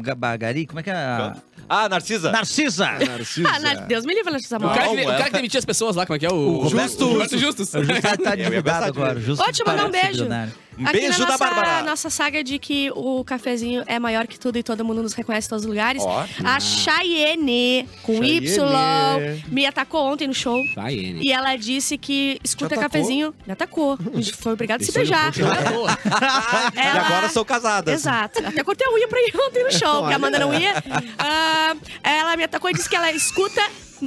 C: Tambagari, como é que é? a-
D: Ah, Narcisa.
G: Narcisa!
F: Narciso. é.
E: Ah,
B: é.
E: na- Deus me livre, Narcisa
B: O
E: Mora.
B: cara, que,
D: Não,
B: o cara que
D: ela-
B: demitia as pessoas lá, como é que é? O,
F: Justo.
B: Roberto Justus.
C: O Justo tá- tá divulgado
D: gostar
C: agora. o Justo
E: Ó, te mandar um
C: parece
E: beijo.
C: milionário.
D: Um
E: Aqui
D: beijo
E: na
D: da
E: nossa,
D: Bárbara.
E: nossa saga de que o cafezinho é maior que tudo e todo mundo nos reconhece em todos os lugares.
D: Ó.
E: A Chayenne, com
F: Chayenne.
E: Y, me atacou ontem no show.
B: Vai, N.
E: E ela disse que escuta
F: Te atacou?
E: cafezinho. Me atacou. A gente foi obrigado a se
B: Isso aí
E: beijar.
B: não funciona à toa.
D: Ah,
B: É.
D: E
E: Ela-
D: agora sou casada.
E: Exato. Até cortei a unha pra ir ontem no show, porque a Amanda não ia. Ah, ela me atacou e disse que ela escuta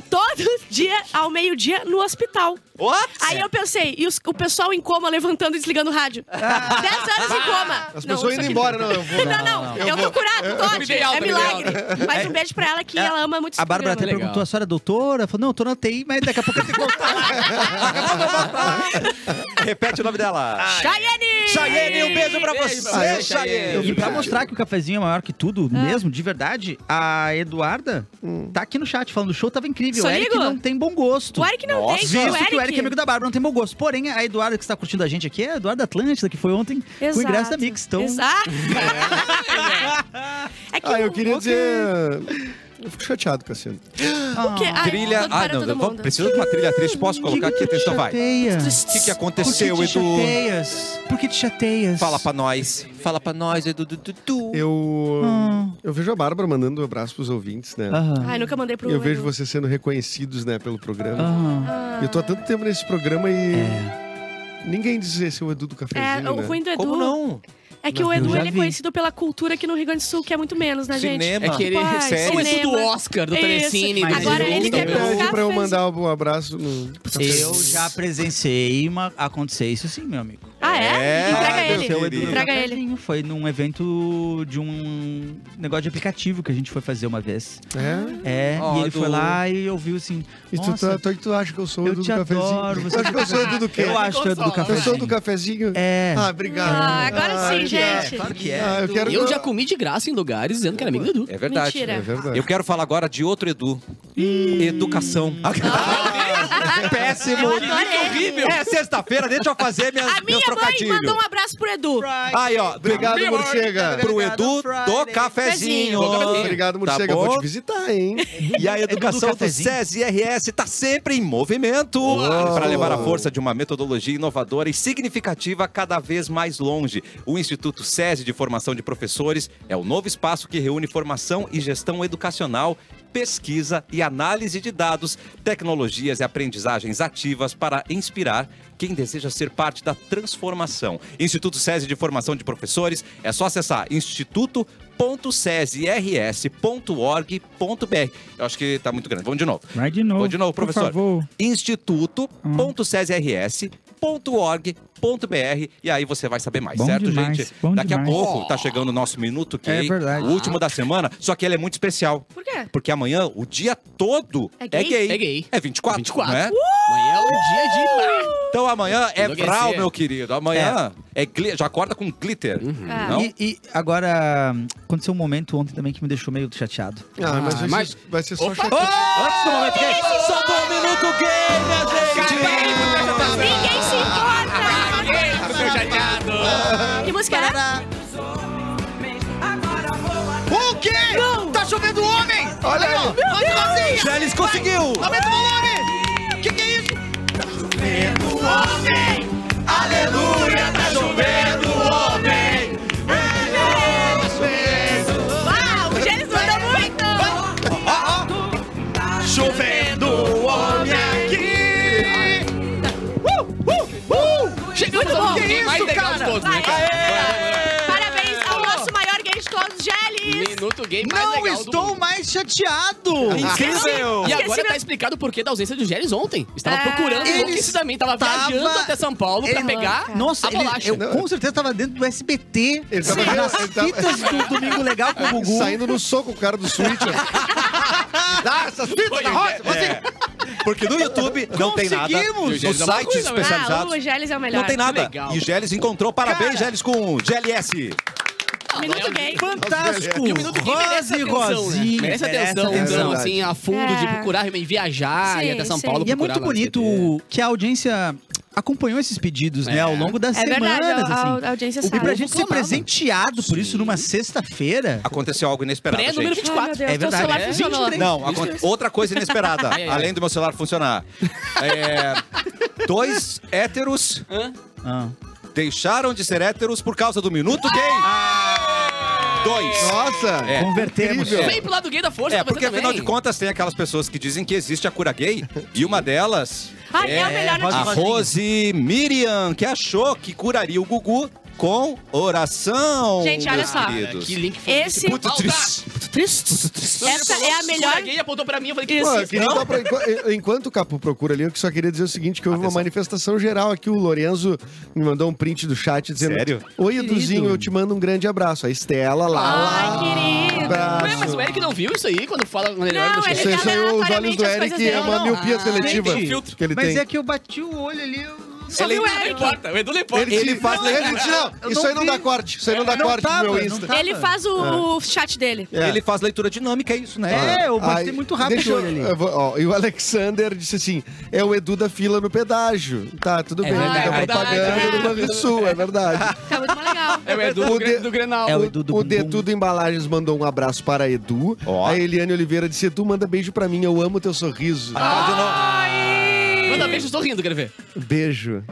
E: todo dia, ao meio-dia, no hospital.
D: What?
E: Aí eu pensei, e os- o pessoal em coma levantando e desligando o rádio? Dez anos em coma.
F: As
E: Não, isso
F: pessoas indo
E: aqui-
F: embora, não. Eu vou.
E: né? Não, não, eu, tô curado, tô ótimo.
B: dei alta,
E: É
B: eu me dei
E: milagre. Mais um beijo pra ela que ela ama muito esse
C: A Bárbara até
E: programa.
B: Legal.
C: perguntou, a senhora é doutora? Ela falou, não, eu tô na TI, mas daqui a pouco eu tenho que voltar.
D: Repete o nome dela.
E: Chayenne!
D: Ah. Chayenne, um beijo pra
B: Beijo pra
D: você,
F: você,
D: Chayenne.
C: E pra mostrar que o cafezinho é maior que tudo, mesmo, de verdade, a Eduarda
D: Hum.
C: tá aqui no chat falando, o show tava incrível, o Eric
E: Soligo?
C: não tem bom gosto.
E: O Eric não
D: Nossa,
E: tem,
D: visto
E: o
C: Visto
E: Eric.
C: que o Eric é amigo da Bárbara, não tem bom gosto. Porém, a Eduarda que está curtindo a gente aqui é a Eduarda Atlântida, que foi ontem com o
E: Exato.
C: ingresso da Mix. Então,
E: Exato. é que
F: Ah, eu
E: o-
F: queria
E: o-
F: dizer. Eu fico chateado, Cassiano.
E: O que? Ah,
D: Trilha.
E: todo
D: Ah,
E: para
D: não,
E: todo
D: vamos-
E: mundo.
D: preciso de uma trilha triste. Posso colocar aqui? Então vai. O
C: chateia.
D: que, que
C: Por que
D: aconteceu,
C: te
D: Edu?
C: chateias? Por que te chateias?
D: Fala pra nós. Fala pra nós, Edu. Du, du, du.
F: Eu.
C: Ah.
F: Eu vejo a Bárbara mandando um abraço pros ouvintes, né?
C: Aham.
E: Ai, nunca mandei Ah. pro
F: Eu vejo
E: Edu. Ah.
F: vocês sendo reconhecidos, né, pelo programa.
C: Aham.
F: Eu
E: É,
F: tô há tanto tempo nesse programa e. Ninguém diz esse é o Edu do
E: É,
F: cafezinho.
E: o
F: né?
E: ruim do Edu
D: Como não?
E: é que o
C: Eu
E: Edu
C: já
E: ele é
C: vi.
E: conhecido pela cultura aqui no Rio Grande do Sul, que é muito menos, né, gente?
D: Cinema.
B: É que ele...
E: Pai,
B: Como é tudo
E: cinema.
B: Oscar, do
E: Isso.
B: Telecine.
E: Mas
B: né?
E: agora ele
F: Então
E: quer
B: Então,
E: pegar
F: pede
E: cafezinho.
F: pra eu mandar um abraço no.
C: Eu já presenciei uma... acontecer isso sim, meu amigo.
E: Ah, é?
D: É,
E: Entrega
D: meu
E: ele.
D: Deus,
C: Seu Edu no
E: Entrega ele.
C: cafezinho. Foi num evento de um negócio de aplicativo que a gente foi fazer uma vez.
F: É?
C: É,
D: Ó,
C: e ele
D: Edu.
C: foi lá e ouviu assim.
F: E tu,
C: "Nossa,
F: tá- tu, tu acha que eu sou o
C: Eu
F: Edu do
C: te
F: cafezinho?
C: adoro.
F: Tu acha que eu sou o Edu do quê?
C: Eu acho que é do
F: Eu
C: cafezinho.
F: sou o do cafezinho?
C: É.
F: Ah, obrigado.
E: Ah, agora sim, gente.
C: Claro que é.
F: Ah, eu quero.
B: Eu já comi de graça em lugares dizendo que era amigo do Edu.
D: É verdade.
E: Mentira.
F: É verdade.
D: Eu quero falar agora de outro Edu. Educação.
E: tá?
D: Péssimo.
E: Ah, Eu adorei.
D: É sexta-feira, deixa eu fazer minhas,
E: A minha
D: meus
E: mãe
D: trocadilhos.
E: mandou um abraço pro Edu.
D: Aí, ó.
F: Obrigado,
D: Obrigado
F: morcega.
D: pro Edu do
E: Cafezinho.
D: cafezinho.
F: Obrigado, morcega.
D: Tá
F: Vou
D: bom?
F: te visitar, hein?
D: E a educação do
C: cafezinho.
D: SESI RS está tá sempre em movimento para levar a força de uma metodologia inovadora e significativa cada vez mais longe. O Instituto SESI de Formação de Professores é o novo espaço que reúne formação e gestão educacional, pesquisa e análise de dados, tecnologias e aprendizagens ativas para inspirar quem deseja ser parte da transformação. Instituto SESI de Formação de Professores é só acessar instituto www.sesrs.org.br. Eu acho que tá muito grande. Vamos de novo.
H: Vai de novo.
D: Vou de novo,
H: por
D: professor.
H: favor.
D: instituto.sesrs.org.br e aí você vai saber mais,
H: Bom
D: Tá certo,
H: demais,
D: gente?
H: bom
D: Daqui
H: demais.
D: a pouco tá chegando o nosso minuto que
H: É verdade.
D: o último da semana, só que ele é muito especial,
E: Por quê?
D: porque amanhã o dia todo
E: É
D: é
E: gay?
D: gay.
B: É gay.
D: É 24,
B: 24.
D: né?
B: Amanhã é o dia de... Ah!
D: Então amanhã é
B: Enlouquecer.
D: Vral, meu querido. Amanhã é, gli- já acorda com glitter.
F: é.
E: Ah.
D: Não?
C: E, e agora, aconteceu um momento ontem também que me deixou meio chateado.
F: Ah, mas,
B: Ah,
F: vai,
B: mas-
F: Ser, vai ser só
B: Opa!
F: chato.
D: Antes do momento gay, soltou o minuto gay, minha gente.
E: Ah. Ninguém se importa! Que música é? era?
C: O quê? Tá chovendo homem! Olha aí!
D: Gélis conseguiu!
C: Aumenta o volume! Que que é isso?
E: Uau, Ah, o Gênesis mandou muito!
B: Chegamos
E: Muito
B: ao
E: bom.
B: dia mais legal de todos, né, cara?
E: Parabéns ao nosso maior gay de todos,
B: é
E: Geles!
B: Minuto gay mais
C: Não
B: legal do
C: estou
B: mundo. Ah,
C: mais chateado!
D: Incrível!
B: E
E: Esqueci
B: agora
E: meu-
B: tá explicado o porquê da ausência do Gélis ontem. Estava
E: Ah.
B: procurando
C: Ele
B: enlouquecidamente, tava
C: estava-
B: viajando até São Paulo pra
C: Ele-
B: pegar
C: Nossa,
B: a
C: ele-
B: bolacha.
C: eu com certeza tava dentro do SBT.
F: Ele tava-
C: nas
F: ele tava-
C: fitas do Domingo Legal com o Gugu.
F: Saindo no soco o cara do Switch. Dá essas fitas na roça!
D: É. Porque no YouTube não tem nada.
C: Conseguimos!
D: Nos sites
E: Ah, o
D: especializados
E: Geles é o melhor.
D: não tem nada.
B: legal.
D: E Gélis encontrou. Parabéns, Gélis, com GLS.
E: Minuto gay.
C: Fantástico!
B: E o Minuto Gay
C: Rose
B: merece atenção, né?
C: Rosinha.
B: Merece atenção,
F: atenção.
B: então,
F: É
B: assim, a fundo de
E: É.
B: procurar, realmente viajar,
E: Sim,
B: ir até São
E: sim.
B: Paulo
C: E é
B: procurar
C: muito
B: lá no SBT.
C: bonito que a audiência acompanhou esses pedidos, né? Ao longo das
E: É
C: semanas,
E: verdade, a, a-
C: assim.
E: a audiência
C: O que
E: sabe.
C: pra gente ser
B: Reclamava.
C: presenteado por isso numa sexta-feira.
D: Aconteceu algo inesperado,
B: Pré número
D: gente.
E: Ai, meu
B: 24.
E: Deus,
C: É
E: teu
C: verdade,
E: celular
C: é.
E: funcionou.
C: 23.
D: Não, acon- outra coisa inesperada,
B: Ai, ai, ai.
D: além do meu celular funcionar. É, dois héteros
C: Ah.
D: deixaram de ser héteros por causa do Minuto Gay. Dois.
F: Nossa!
D: É.
C: Convertemos.
F: Incrível.
B: Vem pro lado gay da força,
D: É,
B: você
D: porque afinal
B: também.
D: de contas tem aquelas pessoas que dizem que existe a cura gay e uma delas
E: Ah, é o melhor
D: a
E: notícia.
D: Rose Miriam, que achou que curaria o Gugu com oração.
E: Gente, olha
D: meus
E: só.
D: queridos.
B: É Que link foi
E: Esse,
D: Muito triste.
E: essa é a melhor...
B: Cura gay apontou pra mim, eu falei que
E: Isso.
F: Pô, eu queria dar pra- enqu- eh, enquanto o Capo procura ali, eu só queria dizer o seguinte, que houve uma manifestação geral aqui. O Lorenzo me mandou um print do chat dizendo...
D: Sério?
F: Oi, Eduzinho, eu te mando um grande abraço. A Estela lá. um
E: Ai, querido. é,
F: Abraço.
B: Ué, mas o Eric não viu isso aí quando fala quando ele
E: Não,
B: olha no
E: ele
B: chat?
F: Isso aí
E: olha
F: saiu os olhos
E: aleatoriamente
F: do
E: as
F: Eric
E: coisas
F: e é
E: dele.
F: uma
B: Ah,
F: miopia seletiva
C: gente,
F: que ele
C: Mas
F: tem.
C: é que eu bati o olho ali. eu-
E: Só viu o
B: Não
E: Eric.
B: importa, o Edu não importa.
F: Ele,
D: Ele
F: te-
D: faz-
F: não, ele te- não,
C: Eu
F: isso
C: não
F: aí não
C: vi. É,
F: dá corte. Isso aí não dá
C: Não
F: corte
C: tava,
F: no meu
C: não tá.
F: Insta.
C: tava.
E: Ele faz o, o chat dele.
F: É.
D: Ele faz leitura dinâmica, é isso, né?
C: É, eu bati
F: Aí,
C: muito rápido
F: Ah, deixa
C: o olho ali.
F: eu- eu vou- ó, e o Alexander disse assim: é o Edu da fila no pedágio. Tá, tudo bem.
B: verdade,
F: ele tá
B: é verdade,
F: propaganda
E: é
F: do Banrisul, é verdade.
E: Tá muito legal.
B: É o Edu do,
F: O
B: Gre-
F: de-
B: do Grenal.
C: É o
F: o
C: Edu do
F: o
C: bumbum.
F: Detudo Embalagens mandou um abraço para Edu.
D: Ó.
F: A Eliane Oliveira disse: Edu, manda beijo pra mim, eu amo teu sorriso.
B: Manda beijo, estou rindo, quero ver.
F: Beijo.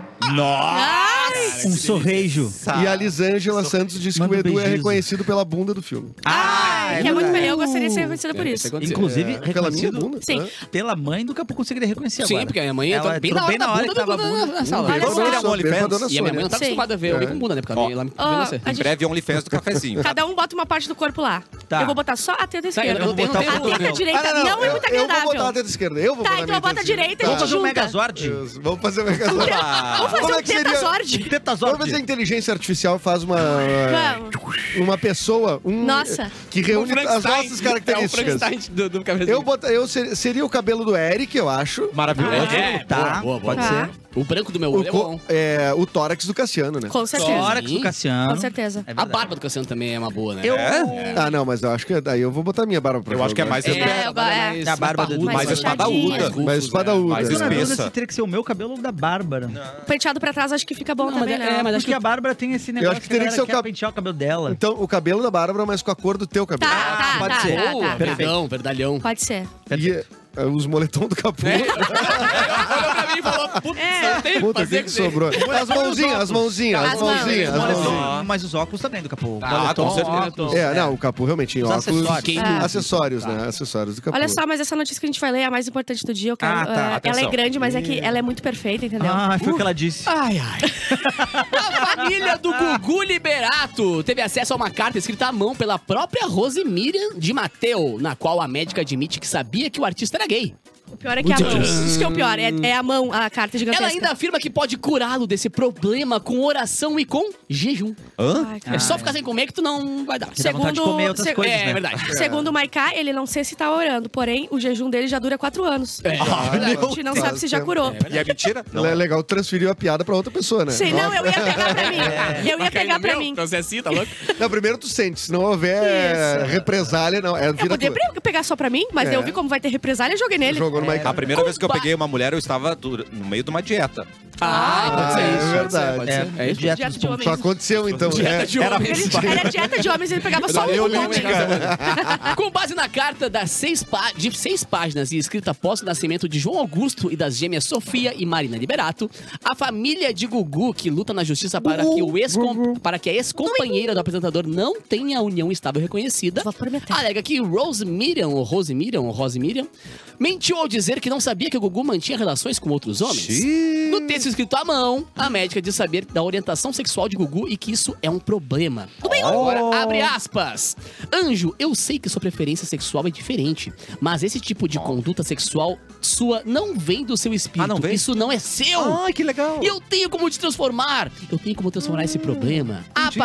C: Um sorreijo.
F: E a Lisângela Santos disse que
C: Manda
F: o Edu é
C: beijinhos.
F: reconhecido pela bunda do filme.
E: Ai, que é muito melhor. Eu gostaria de ser vencida por
B: É,
E: isso.
B: isso aconteceu.
C: Inclusive,
F: Pela minha
C: reconhecido
F: bunda?
E: Sim.
F: né?
C: pela mãe do Capu conseguiria reconhecer
B: Sim,
C: agora.
B: porque a minha mãe entrou
C: Ela
B: bem na
C: entrou
B: hora
C: bem
B: da
C: na hora
B: bunda,
C: que tava a
B: da-
C: bunda.
B: da- da sala.
E: Olha
F: Beijo
E: só.
F: pra dona
D: OnlyFans.
F: beijo pra dona
B: é E a minha mãe
F: Sônia.
B: não tá
E: Sim.
B: acostumada a ver eu
F: É.
B: com bunda, né? Porque ela
D: Ó.
B: vê lá vendo
E: Ó,
C: Ah,
B: você.
E: a
D: Em breve, OnlyFans do
B: Tá.
D: cafezinho.
E: Cada um bota uma parte do corpo lá.
C: Tá.
E: Eu vou botar só a teta
B: Tá, eu-
E: esquerda.
B: eu vou botar o
E: a teta
B: cotovelo.
E: direita não, é muito
F: Ah, eu, eu vou
E: agradável.
F: botar a teta esquerda. Eu vou
E: Tá,
F: botar
E: então bota a direita e a
F: Tá.
C: Vamos
E: gente
C: fazer um
E: junta.
C: Megazord?
F: Isso, Vamos fazer o Megazord.
E: Vamos fazer
F: Como
E: um
F: é que seria-
E: tetazord?
C: Tetazord.
F: Vamos ver se a inteligência artificial faz uma.
E: Vamos.
F: Uma pessoa. Um,
E: Nossa.
F: Que
B: O
F: reúne as
B: Frankenstein.
F: nossas
B: É o
F: características.
B: Frankenstein do, do
F: eu
B: cabezinho.
F: bota, eu ser- seria o cabelo do Eric, eu acho.
D: Maravilhoso.
B: É,
C: Tá,
B: boa, boa, boa.
C: pode
E: Tá.
C: ser.
B: O branco do meu
F: O,
B: olho é
F: co-
B: bom.
F: é, o tórax do Cassiano, né?
C: Tá
E: Com certeza.
C: Tórax do
B: Sim.
C: Cassiano.
E: Com certeza.
C: É
B: A
C: verdade.
D: Ah,
B: barba do Cassiano também é uma boa, né?
C: Eu...
F: Ah, não, mas eu acho que daí eu vou botar minha barba pra
D: Eu
F: fora
D: acho que é
F: agora.
D: mais
E: É,
D: espe-
E: eu go- é.
C: A barba do-
D: mais
E: mais
D: espadaúda.
E: fechadinha.
F: É né? Mais
B: né?
F: espadaúda.
D: Mais
C: Eu tô na dúvida
D: espessa.
C: se teria que ser o meu cabelo ou da Bárbara.
E: Penteado pra trás acho que fica bom
B: Não,
E: também,
B: mas é-
E: né?
B: é, mas acho
C: Porque
B: que-
C: a Bárbara tem esse negócio
F: acho que teria
C: a galera
F: que ser o cab-
C: quer pentear o cabelo dela.
F: Então, o cabelo da Bárbara, mas com a cor do teu cabelo. Ah,
E: Tá, tá,
C: pode
E: tá,
C: ser.
E: tá,
B: Boa,
E: tá.
B: verdão, verdalhão.
E: Pode ser.
F: E eh, os moletom do capô.
B: Olhou pra mim e falou, putz,
E: É.
B: não tem o que
F: Puta, o
B: fazer
F: que,
B: com
F: que
B: isso aí.
F: sobrou? As mãozinhas, as mãozinhas, as
E: As
F: mãozinhas, as
C: Mas,
D: mãozinhas.
F: mãozinhas.
C: os- mas os óculos também do capô.
B: Tá,
D: Ah, com certeza.
B: óculos.
F: É, não, o capô realmente em
C: Os
F: óculos. É,
C: acessórios.
B: Quem
E: Ah.
B: duvida?
F: Acessórios, né? Acessórios do capô.
E: Olha só, mas essa notícia que a gente vai ler é a mais importante do dia. Eu quero,
C: Ah, tá,
E: eh, ela é
D: atenção.
E: grande, mas é que ela é muito perfeita, entendeu?
C: Ah, foi o que ela disse.
B: Ai, ai. A família do Gugu Liberato teve acesso a uma carta escrita à mão pela própria Rose Miriam de Mateu, na qual a médica admite que sabia que o artista era gay.
E: O pior é que é a mão. Isso que é o pior. É, é a mão, a carta gigantesca.
B: Ela ainda afirma que pode curá-lo desse problema com oração e com jejum.
D: Hã?
E: Ai, cara.
B: É só ficar sem comer que tu não vai dar.
C: Que dá vontade de
E: Segundo-
C: comer outras
E: se-
C: coisas,
B: é,
C: né?
B: verdade.
E: Segundo o Maiká, ele não sei se tá orando, porém o jejum dele já dura quatro anos.
B: É.
E: a gente não
F: Deus.
E: sabe se já curou.
D: E é mentira?
F: Ela é legal, transferiu a piada pra outra pessoa, né?
E: Sei, não, eu ia pegar pra mim. Eu ia pegar pra mim.
B: Processinho, tá louco?
F: Não, primeiro tu sente, se não houver
E: Isso.
F: represália, não. É,
E: Eu
F: vira
E: poderia
F: tua.
E: pegar só pra mim, mas
F: É.
E: eu vi como vai ter represália e joguei nele.
F: Jogou no Mike.
D: A primeira vez que É, eu
E: Compa-
D: peguei uma mulher, eu estava dur- no meio de uma dieta.
B: Ah, pode ser
F: é
B: isso.
F: verdade.
B: Pode ser, pode ser. É, isso.
C: dieta
E: Dieta
C: dos
E: de
C: pontos.
E: homens.
F: Só aconteceu, então.
B: Dieta
F: é.
B: de homem.
E: Ele, era dieta de homens, ele pegava só um.
B: né? Com base na carta das seis pá- de seis páginas e escrita após o nascimento de João Augusto e das gêmeas Sofia e Marina Liberato, a família de Gugu, que luta na justiça para, que, o ex para que a ex-companheira do apresentador não tenha a união estável reconhecida,
E: Vou prometer.
B: alega que Rose Miriam, ou Rose Miriam, ou Rose Miriam, mentiu ao dizer que não sabia que o Gugu mantinha relações com outros homens. No texto escrito à mão, a médica diz saber da orientação sexual de Gugu e que isso é um problema. Tudo
D: Oh.
B: bem? Agora, abre aspas. Anjo, eu sei que sua preferência sexual é diferente, mas esse tipo de conduta sexual sua não vem do seu espírito.
D: Oh. Ah, não vem? Oh.
B: Isso não é seu.
D: que legal.
B: E eu tenho como te transformar. Eu tenho como transformar
D: Hum,
B: esse problema.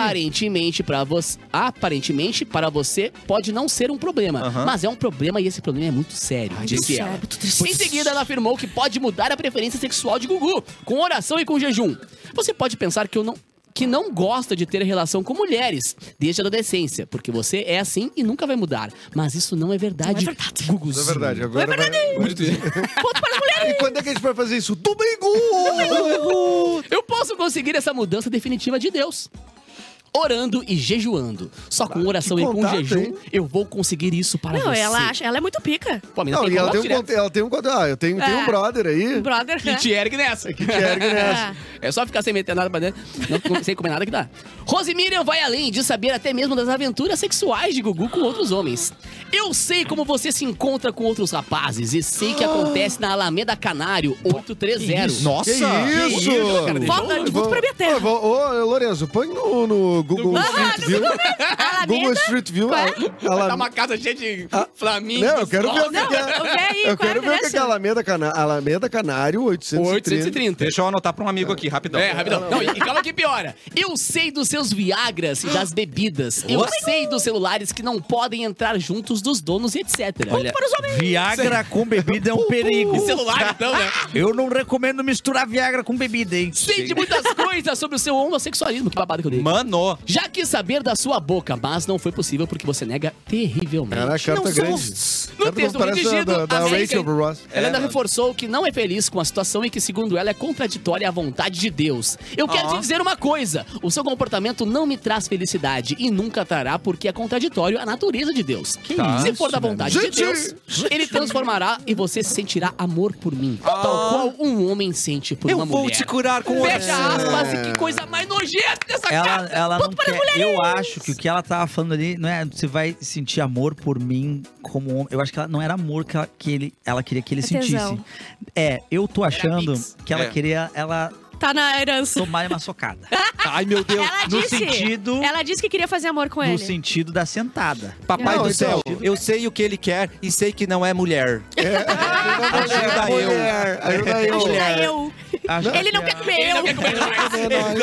B: Aparentemente para você, aparentemente para você pode não ser um problema,
D: Aham.
B: mas é um problema e esse problema é muito sério, disse ela. Em seguida, ela afirmou que pode mudar a preferência sexual de Gugu, com oração e com jejum. Você pode pensar que eu não que não gosta de ter relação com mulheres desde a adolescência, porque você é assim e nunca vai mudar. Mas isso não é verdade. Não é verdade.
F: É verdade, agora. vai-
B: Ponto para as mulheres.
F: E quando é que a gente vai fazer isso? Domingo!
B: Eu posso conseguir essa mudança definitiva de Deus. Orando e jejuando. Só com oração
F: que
B: e com
F: contato,
B: jejum
F: hein?
B: eu vou conseguir isso para
E: Não,
B: você.
E: ela, acha, ela é muito pica.
B: Pô, a mina
F: Não,
B: tem
F: e ela tem,
B: contato
F: um,
B: direto.
F: conte- ela tem um contato. Ah, eu tenho, tenho um
E: É.
F: brother aí.
E: Brother. né?
B: Que te ergue nessa. Que
F: te ergue nessa.
B: É só ficar sem meter nada pra dentro. Não com- sem comer nada que dá. Rose Miriam vai além de saber até mesmo das aventuras sexuais de Gugu com outros homens. Eu sei como você se encontra com outros rapazes e sei que acontece na Alameda Canário 830.
F: Que
D: Nossa!
F: isso?
B: cara, deixa
E: Volta, de volta pra minha
F: Ô,
E: terra.
F: vou- ô, Lorenzo, põe no, no Google
E: Ah,
F: Street View. Google
E: Alameda.
F: Street View.
E: Qual é?
F: Ela-
B: Tá uma casa cheia de flamingos.
F: Ah, Não, eu quero ver o que,
E: Não,
F: que é.
E: eu quero aí,
F: eu
E: qual é o
F: quero ver o que que é
E: endereço?
F: Alameda, Cana Alameda Canário 830.
B: 830.
D: Deixa eu anotar pra um amigo aqui, rapidão.
B: É, rapidão. Não, e e calma que piora. Eu sei dos seus Viagras e das bebidas. Eu sei dos celulares que não podem entrar juntos dos donos e etc. Olha,
G: Viagra com bebida é um perigo.
B: e celular então, né?
G: Eu não recomendo misturar Viagra com bebida, hein?
B: Sei de muitas coisas sobre o seu homossexualismo. Que babado que eu dei.
D: Mano,
B: Já quis saber da sua boca, mas não foi possível porque você nega terrivelmente.
F: Era a É carta tá
E: um
F: grande.
B: No
F: Carta
B: texto
F: parece
B: redigido,
F: da, da
B: a
F: Rachel
B: América-
F: Ross.
B: Ela ainda reforçou que não é feliz com a situação e que, segundo ela, é contraditória à vontade de Deus. Eu quero te dizer uma coisa: o seu comportamento não me traz felicidade e nunca trará porque é contraditório à natureza de Deus. Se for da vontade
F: Gente!
B: de Deus, ele transformará e você sentirá amor por mim, tal qual um homem sente por
D: eu
B: uma
D: vou
B: mulher.
D: te curar com
B: Fecha
D: oração.
B: aspas e que coisa mais nojenta dessa
C: Ela,
B: carta!
C: ela não
B: Ponto para as
C: quer, eu acho que o que ela tava falando ali não é você vai sentir amor por mim como homem. Eu acho que ela não era amor que ela, que ele, ela queria que ele
E: É
C: sentisse.
E: tesão.
C: É, eu tô achando
B: mix.
C: que ela
D: É.
C: queria ela
E: Tá na herança.
C: tomar uma socada.
D: Ai, meu Deus.
E: Ela
C: no
E: disse.
C: sentido
E: Ela disse que queria fazer amor com
C: no
E: ele.
C: sentido da sentada.
D: Papai
F: Não,
D: do
F: então-
D: céu, eu sei o que ele quer e sei que não é mulher. Ajuda eu.
F: Mulher, Ajuda eu.
E: Ajuda é eu.
C: Acho
E: Ele
C: que é
E: não
C: a-
E: quer comer eu.
D: Não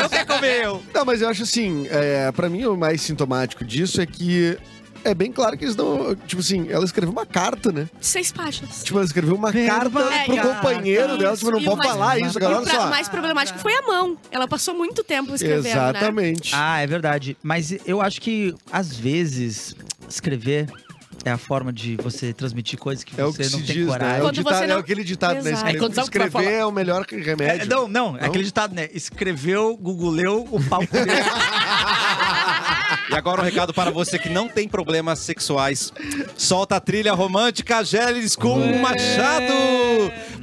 D: quer comer eu.
F: Não, mas eu acho assim, é, pra mim o mais sintomático disso é que é bem claro que eles não. Tipo assim, ela escreveu uma carta, né?
E: Seis páginas.
F: Tipo, ela escreveu uma carta
E: É,
F: pro
E: e-
F: companheiro dela. Tipo, não
E: e o
F: pode
E: mais-
F: falar isso, galera.
E: e
F: Olha
E: pra-
F: só.
E: mais problemático foi a mão. Ela passou muito tempo escrevendo, né?
F: Exatamente.
C: Ah, é verdade. Mas eu acho que, às vezes, escrever é a forma de você transmitir coisas que
F: É o
C: você
F: que se
C: não tem
F: diz, né?
C: coragem.
F: É, o
E: Quando
F: ditado,
E: você não-
F: é aquele ditado, né?
E: Exato.
F: Escrever,
B: É, quando sabe o que vai
F: escrever
B: falar.
F: é o melhor que remédio.
C: É, não, não, é aquele ditado, né? Escreveu, googleou, o pau comeu.
D: E agora um recado para você que não tem problemas sexuais. Solta a trilha romântica Gélis com Machado!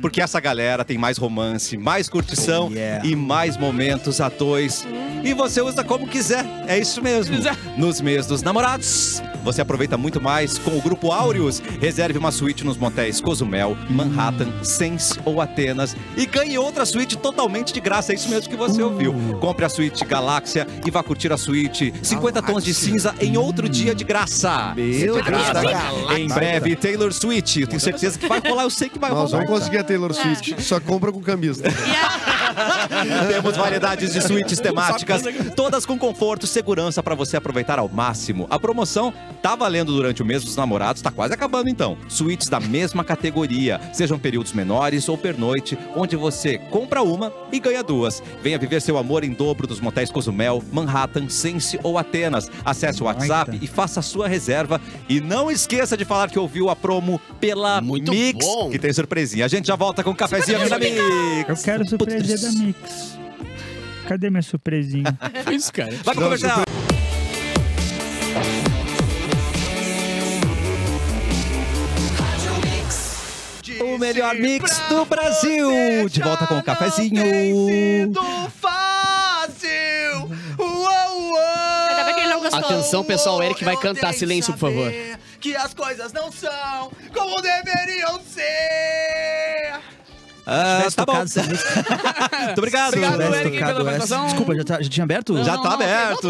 D: Porque essa galera tem mais romance, mais curtição
C: Oh, yeah.
D: e mais momentos a dois. E você usa como quiser, é isso mesmo. Nos meses dos namorados, você aproveita muito mais com o Grupo Áureos. Reserve uma suíte nos motéis Cozumel, Manhattan, Sens ou Atenas e ganhe outra suíte totalmente de graça. É isso mesmo que você ouviu.
F: Uh.
D: Compre a suíte Galáxia e vá curtir a suíte 50 Tons de Cinza em outro dia de graça.
F: Hum. Meu
D: De graça.
F: Deus.
D: Em breve, Taylor Swift. Eu tenho certeza que vai rolar, eu sei que vai
F: Nós
D: rolar.
F: vamos conseguir a Taylor
E: É.
F: Swift. Só compra com camisa.
E: E a-
D: Temos variedades de suítes temáticas, todas com conforto e segurança para você aproveitar ao máximo. A promoção tá valendo durante o mês dos namorados, tá quase acabando então. Suítes da mesma categoria, sejam períodos menores ou pernoite, onde você compra uma e ganha duas. Venha viver seu amor em dobro dos motéis Cozumel, Manhattan, Sense ou Atenas. Acesse o WhatsApp e faça a sua reserva. E não esqueça de falar que ouviu a promo pela
B: Muito
D: Mix,
B: bom.
D: que tem surpresinha. A gente já volta com o cafezinho aqui na Mix.
H: Eu quero surpresinha da Mix. Cadê minha surpresinha?
B: Foi É isso, cara.
D: Vai pro comercial. O melhor mix do Brasil. De volta com o cafezinho.
E: Ainda bem que ele não gostou.
B: Atenção, pessoal, o Eric vai cantar. Silêncio, por favor.
D: Ah,
C: Tivesse Tá tocado essa música.
D: Muito obrigado.
B: Tá Obrigado,
C: Tivesse tocado
B: Eric, pela
C: essa-
B: participação.
C: Desculpa, já, tá- já tinha aberto?
D: Já
B: Não,
D: tá
B: não,
D: aberto.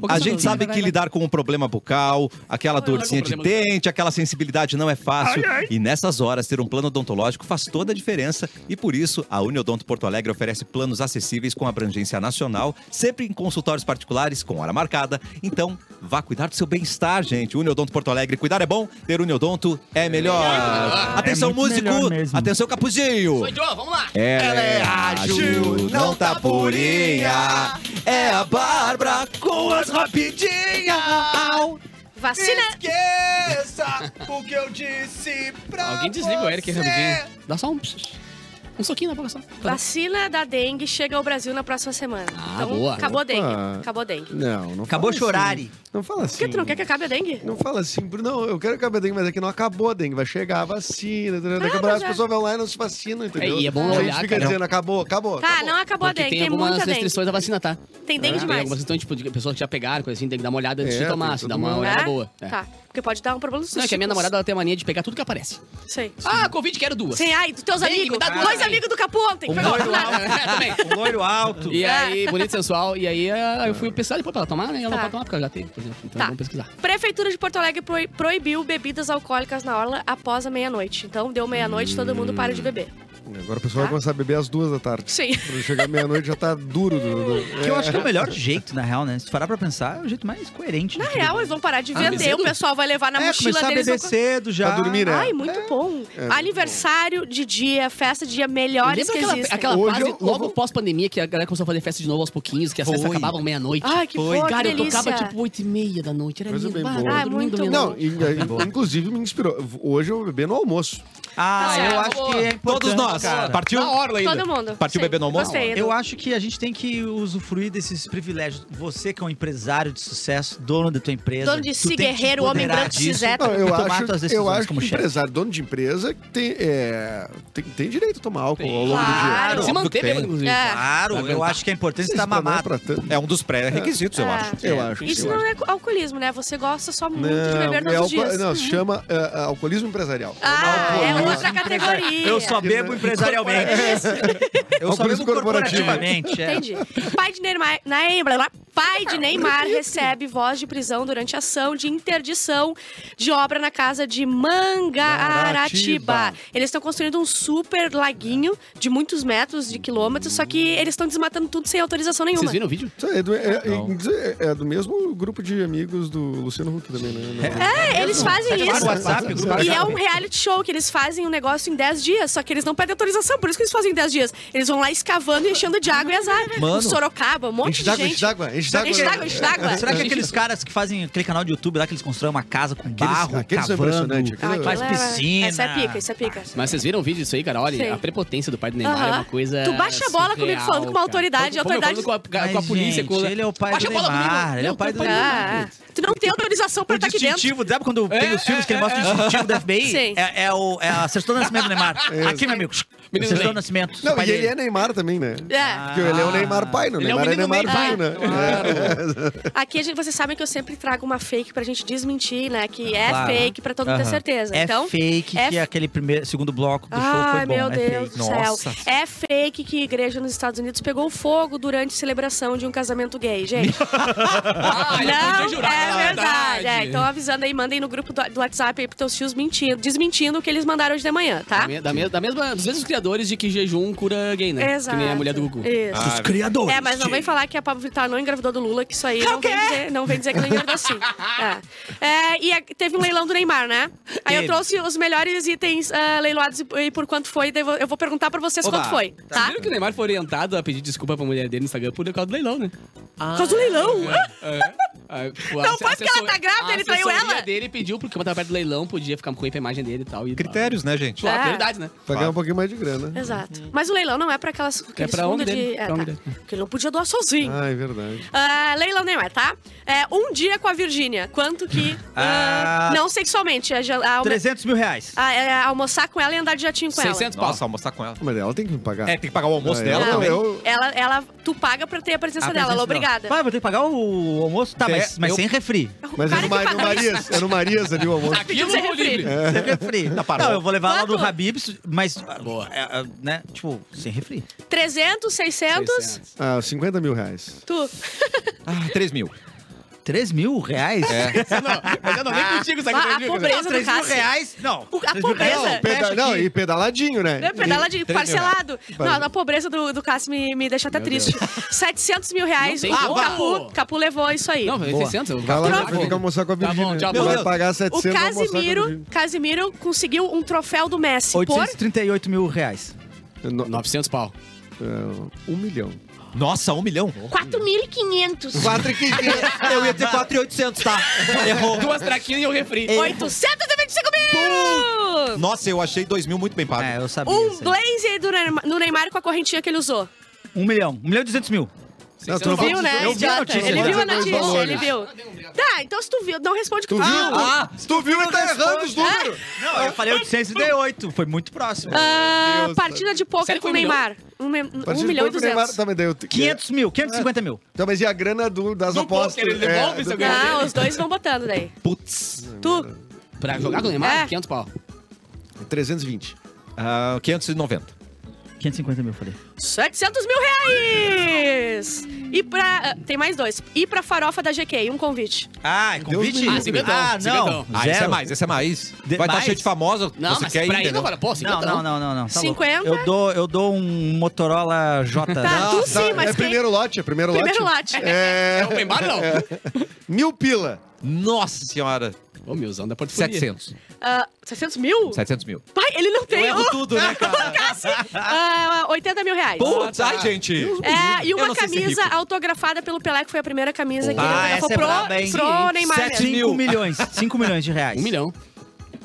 B: não,
D: A gente sabe que lidar com um problema bucal, aquela dorzinha de
B: problema
D: dente, aquela sensibilidade não é fácil. E nessas horas, ter um plano odontológico faz toda a diferença. E por isso, a Uniodonto Porto Alegre oferece planos acessíveis com abrangência nacional, sempre em consultórios particulares, com hora marcada. Então, vá cuidar do seu bem-estar, gente. Uniodonto Porto Alegre, cuidar é bom, ter Uniodonto é melhor. Atenção,
H: É muito
D: músico.
H: melhor mesmo.
D: Atenção, capuzinho.
B: Foi, Joe, vamos lá.
D: Ela é ágil, não tá purinha. É a Bárbara com as rapidinhas.
E: Vacina.
G: Esqueça o que eu disse pra
B: Alguém desliga o Eric rapidinho. Dá só um... Um soquinho na boca só. Tá
E: Vacina da dengue chega ao Brasil na próxima semana.
B: Ah,
E: então,
B: boa.
E: acabou a dengue.
F: Opa.
E: Acabou a dengue.
F: Não, não
C: Acabou
F: fala
C: chorare.
F: Assim. Não fala assim.
E: Por que tu não quer que acabe a dengue? Tá,
F: Não fala assim, Bruno. Não, eu quero que acabe a dengue, mas é que não acabou a dengue. Vai chegar a vacina, entendeu? Daqui a
E: Ah,
F: pouco
E: mas
F: as
E: é.
F: pessoas vão lá e não se vacinam, entendeu?
B: É, e é bom
F: a gente
B: olhar,
F: fica
B: cara.
F: dizendo, acabou, acabou.
E: Tá,
F: acabou.
E: não acabou
B: Porque
E: a dengue.
B: tem
E: Tem,
B: algumas
E: muita dengue.
B: restrições da vacina, tá?
E: Tem dengue
B: Tem
E: demais.
B: algumas questões, tipo, de pessoas que já pegaram, coisa assim, tem que dar uma olhada antes
F: É,
B: de tomar,
F: tem
B: se dá
F: todo
B: uma
F: mundo.
B: olhada
E: É?
B: boa. É.
E: Tá. Porque pode dar um problema no
B: Não, é que a minha namorada ela tem a mania de pegar tudo que aparece.
E: Sei.
B: Ah, Covid, quero duas.
E: Sim, ai, dos teus
B: Dengue,
E: amigos.
B: me dá duas
E: Dois
B: aí.
E: amigos do Capu ontem.
B: Um
E: Pegou
B: loiro
E: do nada.
B: alto. É, também.
C: Um loiro alto.
E: É.
B: E aí, bonito, sensual. E aí ah, eu fui pesquisar depois pra ela tomar, né? E ela
E: Tá.
B: não pode tomar porque ela já teve, por exemplo. Então
E: Tá.
B: vamos pesquisar.
E: Prefeitura de Porto Alegre proi- proibiu bebidas alcoólicas na orla após a meia-noite. Então, deu meia-noite, todo mundo para de beber.
F: Agora o pessoal
E: Tá.
F: vai começar a beber às duas da tarde.
E: Sim.
F: Quando chegar meia-noite já tá duro. do- do-
C: Que eu acho que é o melhor jeito, na real, né? Se parar pra pensar, é o jeito mais coerente.
E: Na
C: de
E: real, eles vão parar de
B: Ah,
E: vender,
B: cedo?
E: o pessoal vai levar na
C: é,
E: mochila
C: começar a
E: deles.
C: beber
E: vão-
C: cedo já.
F: Pra dormir, né?
E: Ai, muito
B: É.
E: bom. Aniversário de dia, festa de dia, melhores
B: Lembra
E: que
B: aquela,
E: existem.
B: aquela
F: Hoje
B: fase
F: eu-
B: logo pós-pandemia que a galera começou a fazer festa de novo aos pouquinhos, que as festas
D: Foi.
B: acabavam meia-noite?
E: Ai, que
D: Foi.
E: foi,
B: Cara, eu
E: que delícia.
B: tocava tipo 8 e meia da noite. Era
F: Coisa
B: lindo.
F: bem
B: bah,
F: boa.
B: tava
E: Ah,
B: dormindo
E: muito
B: meia-noite.
F: Não, e- inclusive me inspirou. Hoje eu vou beber no almoço.
C: Ah,
E: Tá
C: eu
E: certo,
C: acho
B: boa.
C: que é importante,
D: Todos nós.
C: cara.
D: Partiu?
B: Na orla ainda.
E: Todo mundo.
D: Partiu
E: Sim,
D: beber no almoço?
E: Gostei.
C: Eu acho que a gente tem que usufruir desses privilégios. Você que é um empresário de sucesso, dono da tua empresa.
E: Dono de
C: tu
E: si,
C: tem que te
E: guerreiro, homem
C: empoderar
E: branco,
C: disso.
E: ciseta.
F: Não, eu,
C: Tomar
F: acho,
C: tuas decisões
F: eu acho que
C: como chefe.
F: empresário, dono de empresa, tem, é, tem, tem direito a tomar álcool ao longo
E: Claro. tá
B: Se
D: Óbvio que
B: manter
D: tem.
B: mesmo, inclusive.
E: É.
C: Claro, eu
B: Aguentar.
C: acho que é
F: do dia.
C: importante
F: Esse
C: estar
F: não é
C: mamado.
F: pra tanto.
D: É um dos pré-requisitos,
B: É.
D: eu acho.
F: Eu acho.
E: Isso
F: eu
E: não
F: acho.
E: é alcoolismo, né? Você gosta só muito de
F: Não,
E: beber todos
F: é
E: os
F: alco...
E: dias. Uhum.
F: não, se chama é, é, alcoolismo empresarial.
E: Ah, é
C: Alcoolismo
E: outra categoria.
C: Eu só bebo empresarialmente.
F: É
E: Isso,
C: Eu só bebo
F: Alcoolismo corporativo.
C: corporativamente. é.
E: entendi. Pai de Neymar, na Embra, lá, Pai de Neymar recebe voz de prisão durante ação de interdição de obra na casa de Mangaratiba.
F: Mangaratiba.
E: Eles estão construindo um super laguinho de muitos metros de quilômetros, só que eles estão desmatando tudo sem autorização nenhuma.
B: Vocês viram o vídeo?
F: Isso aí é, do, é- é- é do mesmo grupo de amigos do Luciano Huck também, né?
E: É, eles fazem
C: Grupo
E: isso.
C: WhatsApp, grupo
E: E
C: WhatsApp.
E: é um reality show que eles fazem um negócio em 10 dias, só que eles não pedem autorização, por isso que eles fazem em 10 dias. Eles vão lá escavando, e enchendo de água e azar.
C: Mano.
E: Um Sorocaba, um monte
F: Enche
E: de
F: d'água,
E: gente.
F: enche d'água, enche d'água.
E: Enche d'água, enche d'água.
C: Será que aqueles caras que fazem aquele canal de YouTube lá que eles constroem uma casa com
F: Aqueles-
C: barro,
F: aqueles é são
C: cavando,
F: impressionantes, aquele-
C: faz
E: Aquilo é-
C: piscina?
E: Essa é pica, essa é pica.
B: Mas vocês viram o vídeo disso aí, cara? Olha,
E: Sei.
B: a prepotência do pai do Neymar é
E: Aham.
B: uma coisa.
E: Tu baixa a bola comigo
B: surreal,
E: falando com uma
B: cara.
E: autoridade,
B: Como-
E: é
B: como eu
E: autoridade-
B: falando com a, com a
C: Mas,
B: polícia.
C: gente,
B: com-
C: ele é o pai
B: Baixa
C: do
B: a bola comigo.
C: Neymar, ele é o
B: Não,
C: pai
B: tu
C: do
B: é
E: Ah, tu não tem autorização pra
C: O
E: estar aqui dentro.
C: distintivo, sabe quando tem os filmes que
B: é,
C: ele mostra o distintivo do FBI?
E: Sim.
C: É, é o, é a certidão de nascimento do Neymar. Aqui, meu amigo.
B: Menino
C: Certidão
B: Ney.
C: de nascimento.
F: Não,
C: pai
F: e ele
C: dele.
F: é Neymar também, né?
E: É.
F: Porque ele é o Neymar pai, né? O
B: Ele é o
F: Neymar é
B: menino
F: Neymar
B: Neymar,
F: pai, né?
E: Aqui a gente- vocês sabem que eu sempre trago uma fake pra gente desmentir, né? Que é
C: Claro.
E: fake pra todo mundo ter
C: Aham.
E: certeza.
C: É
E: então,
C: fake
E: é
C: que
E: f-
C: aquele primeiro, segundo bloco do show foi
E: Ai,
C: bom.
E: meu
C: é
E: Deus
C: fake.
E: do céu.
C: Nossa.
E: É fake que igreja nos Estados Unidos pegou fogo durante celebração de um casamento gay, gente.
B: Ah, ele podia
E: não
B: jurar que
E: é
B: era
E: verdade. É, então avisando aí, mandem no grupo do, do WhatsApp aí pros teus tios mentindo, desmentindo o que eles mandaram hoje de manhã, tá?
B: Da, me- da me- da mesma, dos mesmos criadores de que jejum cura gay, né?
E: Exato.
B: Que nem a mulher do Gugu.
E: Isso.
D: Ah,
E: É, mas não vem falar que a Pablo Vittar não engravidou do Lula, que isso
B: É
E: aí não vem, dizer, não vem dizer que não engravidou sim. É. É, e a- teve um leilão do Neymar, né? Aí eu
C: Teve.
E: trouxe os melhores itens ah, leiloados e, e por quanto foi. daí eu vou- Eu vou perguntar pra vocês
B: Oba.
E: quanto foi, tá?
B: Viram que o Neymar foi orientado a pedir desculpa pra mulher dele no Instagram por causa do leilão, né?
E: Por causa do leilão?
B: É. É. A- a-
E: Ah. Não,
B: a
E: pode que ela
B: assessor-
E: tá grávida,
B: a
E: ele traiu
B: assessoria
E: ela.
B: dele pediu, porque como tava perto do leilão, podia ficar ruim pra imagem dele e tal. E
D: Critérios, né, gente?
B: Claro,
E: É.
B: prioridade, né?
F: Pagar um pouquinho mais de grana.
E: Exato. Mas o leilão não é pra aquelas. aqueles
B: pra homem
E: fundos de.
B: dele,
E: É,
B: pra homem
E: tá.
B: dele.
E: Porque ele não podia doar sozinho.
F: Ah, é verdade.
E: Ah, leilão Neymar, tá? É, um dia com a Virgínia. Quanto que. ah,
C: Ah.
E: não sexualmente. A, gel- a almo-
C: 300 mil reais.
E: a- é, almoçar com ela e andar de jatinho com ela.
B: 600 pau.
D: Nossa, almoçar com ela.
F: Mas ela tem que me pagar.
D: É, tem que pagar o almoço
F: Ah,
D: dela
F: eu-
D: também.
F: eu-
E: Ela, ela, tu paga pra ter a presença
C: A
E: dela, ela
C: presença
E: é obrigada.
C: Vai, vou ter que pagar o almoço? Tá,
D: Tem-
C: mas, mas
D: eu-
C: sem refri.
F: Mas
E: O
F: é
E: cara Tá. que
F: no, Ma- no
E: paga
F: Marias, é no Marias ali o almoço.
B: Aqui no
E: sem
B: Voo
E: refri.
B: Livre.
C: Sem refri. Não,
D: parou.
C: eu vou levar lá no
E: Quanto?
C: Habib's, mas. é, é, né? Tipo, sem refri.
E: 300, 600,
B: 600.
F: Ah, 50 mil reais.
E: tu.
D: Ah, 3 mil.
C: 3 mil reais? É.
B: Não, mas eu não nem contigo, sabe?
E: Ah, a pobreza do
C: 3 mil
E: Cássio.
C: reais? Não.
E: O- a
C: 3 mil reais,
E: pobreza.
C: não,
F: Peda-
C: fecha
F: não,
C: aqui.
F: e pedaladinho, né?
E: Né, Pedala de parcelado. Não, a pobreza do, do Cássio me, me deixa até triste. 700 mil reais.
B: Não
E: O
B: tem como.
E: Capu, Capu levou isso aí.
B: Não, velho,
C: Boa.
B: 600. eu-
F: Vai lá,
B: Tá
F: vai
B: bom.
F: ter que almoçar com a
B: Tá
F: Virgínia.
B: bom, tchau,
F: Tu vai
B: Deus.
F: pagar
E: O
F: 700 pra almoçar com a
E: Casimiro,
F: Virgínia.
E: Casimiro conseguiu um troféu do Messi por
C: 838 mil reais.
F: No-
B: 900 pau.
F: é, um milhão.
D: Nossa, 1 um milhão?
E: 4.500.
F: 4,500.
C: Eu ia ter 4,800, tá? Errou.
B: Duas traquinhas e um refri.
E: 825 mil!
D: Nossa, eu achei 2 mil muito bem pago.
C: É, eu sabia.
E: Um
C: isso aí.
E: blazer do Neymar, do Neymar com a correntinha que ele usou.
C: Um milhão. Um milhão e 200 mil.
F: Não,
B: 600
F: tu não
B: pau.
E: Viu,
F: falou
E: né,
C: eu vi a
E: idiota?
C: notícia, mas
E: Ele viu a
F: eu dou os
E: notícia,
F: valores.
E: ele viu. Tá, então se tu viu, não responde com
F: Tu viu?
C: Ah,
F: tu viu? Ele tá errando os números.
C: Não, eu falei 838. Foi muito próximo.
E: Ah,
F: Deus,
E: partida de pôquer
B: Sério,
E: com o
B: foi um milhão?
E: Neymar. Um, me- um
F: Partida de
E: milhão e
F: pouco, Neymar,
E: duzentos.
F: tá, mas daí eu te-
C: 500 mil, 550 mil.
F: Tá, mas e a grana do, das
B: Do
F: apostas? É,
B: poker, ele devolve
F: tá
B: isso agora?
E: Não, Ah, os dois vão botando daí.
D: Putz.
E: Tu,
B: Pra jogar com o Neymar,
E: É.
B: 500 pau.
F: 320.
D: Ah, 590.
C: 550 mil, falei.
E: 700 mil reais! E pra... ah, Tem mais dois. E pra farofa da GK, um convite.
C: Ah, é convite?
B: livre. Ah, cinquentão,
C: Ah, não.
B: cinquentão.
D: Ah, esse é mais, esse é mais.
C: De-
D: Vai estar
C: mais?
D: cheio de famosa.
B: Não,
D: você
B: mas
D: quer
B: pra
D: ir,
B: ele não
D: entendeu?
B: vale. Pô, 50
C: Não, não, não, não, não. tá louco.
E: 50?
C: Eu dou, eu dou um Motorola J.
E: Tá, tu sim,
F: Não,
E: mas
F: é
E: quem-
F: primeiro lote, é primeiro lote.
E: Primeiro lote.
F: É...
B: É open bar, não?
F: Mil pila.
D: Nossa senhora.
B: Ô, milzão da portfolio.
D: 700.
E: Ah, 700 mil?
D: 700 mil.
E: Pai, ele não tem.
D: erro
E: Oh,
D: tudo, né, cara?
E: Cássio, ah, 80 mil reais.
D: Putz, ai, gente.
E: É, e
D: Eu
E: uma
D: não sei se é
E: camisa
D: rico.
E: autografada pelo Pelé, que foi a primeira camisa que
C: Ah,
E: ele
C: essa
E: autografou
C: é braba, hein?
E: pro, pro
C: Sim.
E: Neymar
C: Sete-
E: mesmo.
C: cinco milhões. 5 milhões de reais.
B: Um milhão.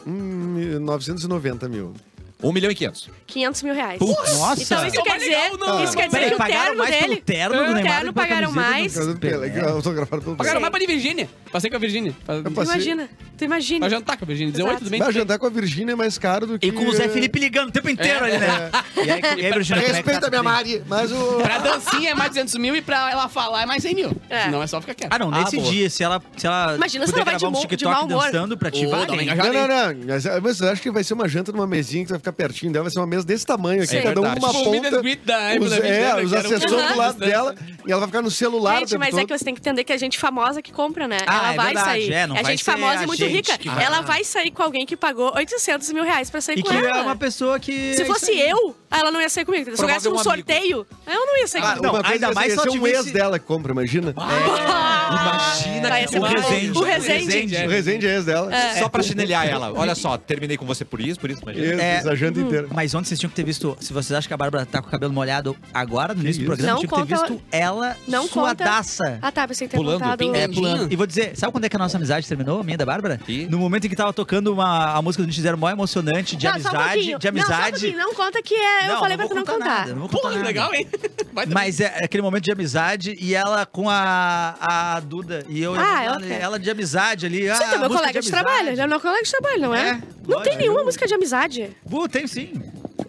F: Hum, 990 mil.
D: 1 milhão e 500.
E: 500 mil reais.
C: Putz, nossa.
E: Então isso
B: Então
E: quer
B: vai
E: dizer,
B: legal, não.
E: isso quer dizer
C: Peraí,
E: que o
C: pagaram
E: terno
C: mais
E: dele...
C: pelo terno do
E: o
C: Neymar
E: terno
C: do que pela camiseta
E: pagaram
C: do
E: mais.
F: Por causa do
C: Pelé.
F: Pelé, que é autografado pelo
B: Pagaram
F: Pelé.
B: mais pra de Virgínia. Passei com a Virgínia. Pra,
F: Eu
E: Tu
F: passei-
E: imagina, tu imagina.
B: pra jantar com a Virgínia. Dizer oi,
E: Exato.
B: tudo bem?
F: Mas jantar com a Virgínia é mais caro do que...
C: E com o Zé Felipe ligando o tempo inteiro ali, né? E aí, e aí Virginia, como é que tá
F: Respeita a minha
C: tua
F: Mari, mas o...
B: Pra dancinha é mais 200 mil e pra ela falar é mais 100 mil.
E: É.
B: Não é só ficar quieto.
C: Ah, não, nesse
D: Ah, boa.
C: dia, se ela, se ela
E: Imagina se
C: puder
E: ela vai
C: gravar
E: de
C: um
E: mo- de
C: TikTok
E: mau humor.
C: dançando pra ti,
B: Ô, dá uma
C: vale.
B: engajada
F: Não, eh,
B: aí.
F: não, não. Mas, mas eu acho que vai ser uma janta numa mesinha que tu vai ficar ficar pertinho dela, vai ser uma mesa desse tamanho aqui,
E: Sim.
F: cada uma
D: Verdade.
F: uma
D: Tipo,
B: o Meet
F: ponta.
B: and Greet da
F: Os,
B: Emily
F: é,
B: Blunt,
F: os
B: que era um
F: assessores do lado
B: distância.
F: dela e ela vai ficar no celular.
E: Gente,
F: o tempo
E: mas é
F: todo.
E: que você tem que entender que a gente famosa que compra, né?
C: Ah,
E: ela
C: é
E: vai
C: verdade,
E: sair.
C: é, não
E: a
C: vai
E: gente
C: ser
E: famosa
C: a
E: e muito
C: gente
E: rica.
C: que vai.
E: Ela vai sair com alguém que pagou 800 mil reais pra sair
C: E
E: com
C: que
E: ela.
C: é uma pessoa que.
E: Se
C: é
E: fosse
C: isso aí.
E: eu, ela não ia sair comigo. Se eu ganhasse
D: Provável
E: um
D: amigo.
E: sorteio, eu não ia sair
F: Ah,
E: comigo.
F: não,
C: Não,
F: ainda mais só um
C: tivesse-
F: ex dela que compra, imagina.
D: Imagina
E: Vai
D: que
E: ser
C: é
D: o
C: um
E: bom.
D: Rezende.
E: Tá, é O Rezende.
F: O Resende é ex dela.
D: Só pra chinelhar ela. Olha só, terminei com você por isso, por isso, imagina.
F: Isso,
C: É.
F: essa
E: Hum.
F: janta inteira.
C: Mas ontem vocês tinham que ter visto. Se vocês acham que a Bárbara tá com o cabelo molhado agora, no início do
F: isso?
C: programa,
E: Não
C: tinham que ter
E: conta-
C: visto ela
E: Não
C: suadaça.
E: Ah, tá, pensei que ter
D: Pulando,
E: contado...
D: pingando.
C: É,
B: Entendi.
C: pulando. E vou dizer, sabe quando é que a nossa amizade terminou, a minha e da Bárbara?
D: E?
C: No momento em que tava tocando uma, a música do Nintendo mó emocionante, de
E: Não, só um
C: amizade.
E: pouquinho.
C: de
E: Não, só um
C: amizade.
E: pouquinho. não conta que é... eu falei pra
C: vou
E: tu não contar.
C: nada, não vou contar
B: Porra,
C: nada.
B: legal, hein? Vai dar-
C: Mas é aquele momento de amizade e ela com a, a Duda e eu.
E: Ah,
C: ela,
E: ok.
C: ela de amizade ali. ah,
E: Você também é meu
C: música
E: colega de,
C: amizade.
E: trabalho. Ele é meu colega de trabalho, não é?
C: É,
E: não tem
C: lógico.
E: nenhuma música de amizade.
C: Uh, tem sim.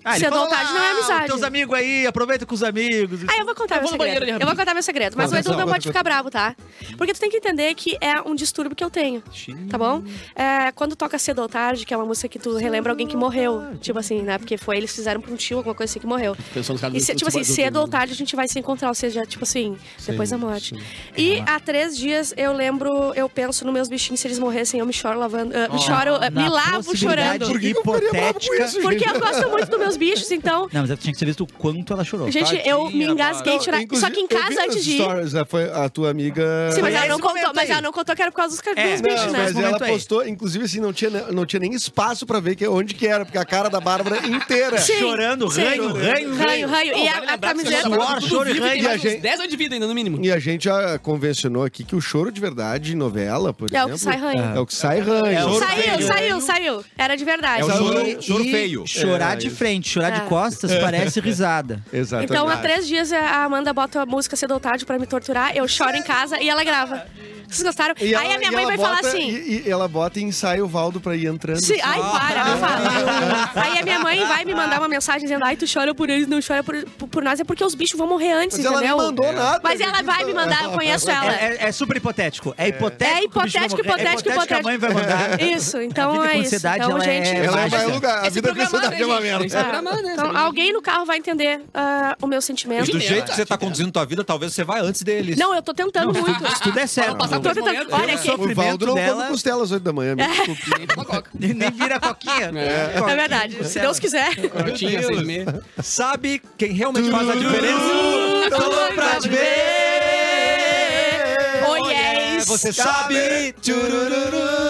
C: Ah,
E: Se é
C: fala
E: vontade,
C: lá,
E: não é amizade.
C: os Teus amigos aí, aproveita com os amigos.
E: Ah, eu vou contar
B: Eu
E: meu
B: vou no banheiro
E: segredo.
B: ali
E: Eu vou contar meu segredo. Mas o
F: Conta,
E: Edu não
F: conta,
E: pode
F: conta.
E: ficar bravo, tá? Porque tu tem que entender que é um distúrbio que eu tenho, tá bom? É, quando toca Cedo ou Tarde, que é uma música que tu relembra alguém que morreu. Tipo assim, né? Porque foi, eles fizeram pra um tio, alguma coisa assim que morreu.
B: Pensou nos caras
E: E
B: do-
E: se-
B: do-
E: tipo assim,
B: do- né? do-
E: cedo ou tarde a gente vai se encontrar, ou seja, tipo assim, depois da morte.
F: sim.
E: E há três dias eu lembro, eu penso nos meus bichinhos, se eles morressem, eu me choro lavando. ah, me choro, ah, me lavo chorando.
C: Por que
F: que eu ficaria bravo com
C: hipotética.
F: isso,
E: Porque eu gosto né? muito dos meus bichos, então.
C: Não, mas eu tinha que ter visto o quanto ela chorou.
E: Gente, eu me
D: Tadinha,
E: engasguei
D: Bárbara.
E: tirar. Só que em
F: Eu vi
E: casa
F: nas
E: antes de ir.
F: stories, né, Foi a tua amiga.
E: Sim,
C: Foi
E: mas ela, não
C: esse
E: contou,
C: momento
E: mas
C: aí.
E: ela não contou que era por causa dos, car-
C: É,
E: dos
C: não,
E: bichos, né?
F: Mas ela
C: momento aí.
F: postou, inclusive assim, não tinha, não tinha nem espaço pra ver que, onde que era, porque a cara da Bárbara inteira.
E: Sim,
C: Chorando,
E: sim.
C: ranho, ranho,
E: Ranho, ranho.
B: Não, vale
E: E a, a
B: lembrar que
E: camiseta.
B: você
C: Suor,
B: tá tudo
C: choro e
B: vivo, tem
C: ranho.
F: E a
B: mais
F: gente-
B: uns 10 anos de vida ainda, no mínimo.
F: E a gente já convencionou aqui que o choro de verdade em novela, por
E: É o
F: exemplo.
E: que sai ranho.
F: É o que sai ranho.
C: É o Choro
E: Saiu,
C: feio.
E: saiu, saiu. Era de verdade.
D: É o choro-
C: E-
D: choro
C: e
D: feio.
C: Chorar
F: É,
C: de
F: isso.
C: frente, chorar de
E: É.
C: costas parece risada.
F: Exato.
E: Então, há
F: verdade.
E: três dias a Amanda bota a música cedo ou tarde pra me torturar, eu choro em casa e ela grava. Vocês gostaram?
F: E ela-
E: Aí a minha
F: e
E: mãe vai
F: ela
E: falar
F: bota-
E: assim. ah,
F: E, e ela bota e ensaia o Valdo pra ir entrando.
E: "Se-
F: assim.
E: ai, para, não fala. Aí a minha mãe vai me mandar uma mensagem dizendo: Ai, tu chora por eles, não chora por, por nós, é porque os bichos vão morrer antes,
F: Mas ela
E: entendeu? É.
F: não mandou nada.
E: Mas ela vai me mandar, eu conheço ela.
C: É, é- é super hipotético. É hipotético.
E: É
C: que o bicho vai
E: hipotético,
C: morrer, é
E: hipotético,
C: hipotético. que a mãe vai mandar.
E: Isso,
C: A
E: então
C: vida
E: é
C: com
E: isso.
C: ansiedade,
E: Então,
C: ela é-
E: gente.
C: ela
F: Ela vai
C: Mágica.
F: lugar. A
B: Esse
F: vida da
B: programa,
F: sociedade
B: né,
F: é uma
B: gente?
F: merda.
B: Esse programa, né?
E: Então, alguém no carro vai entender ah, o meu sentimento.
D: E do
B: Sim,
D: jeito
B: é,
D: que você tá conduzindo tua vida, talvez você vai antes deles.
E: Não, eu tô tentando muito.
C: Se tudo é certo.
B: passar
E: Eu tô
B: por esse
E: tentando.
B: momento,
E: Olha
B: eu
E: aqui. é
C: sou-
F: O Valdo não
C: Sofrimento
F: come
C: dela-
F: costela às 8 da manhã. me desculpe.
C: E Nem vira coquinha.
B: É.
E: É verdade. Se Deus quiser.
B: Cortinha, seis e meia.
D: Sabe quem realmente faz a diferença?
E: Tô pra te ver. Oh, yes.
D: Você sabe? Tchurururu.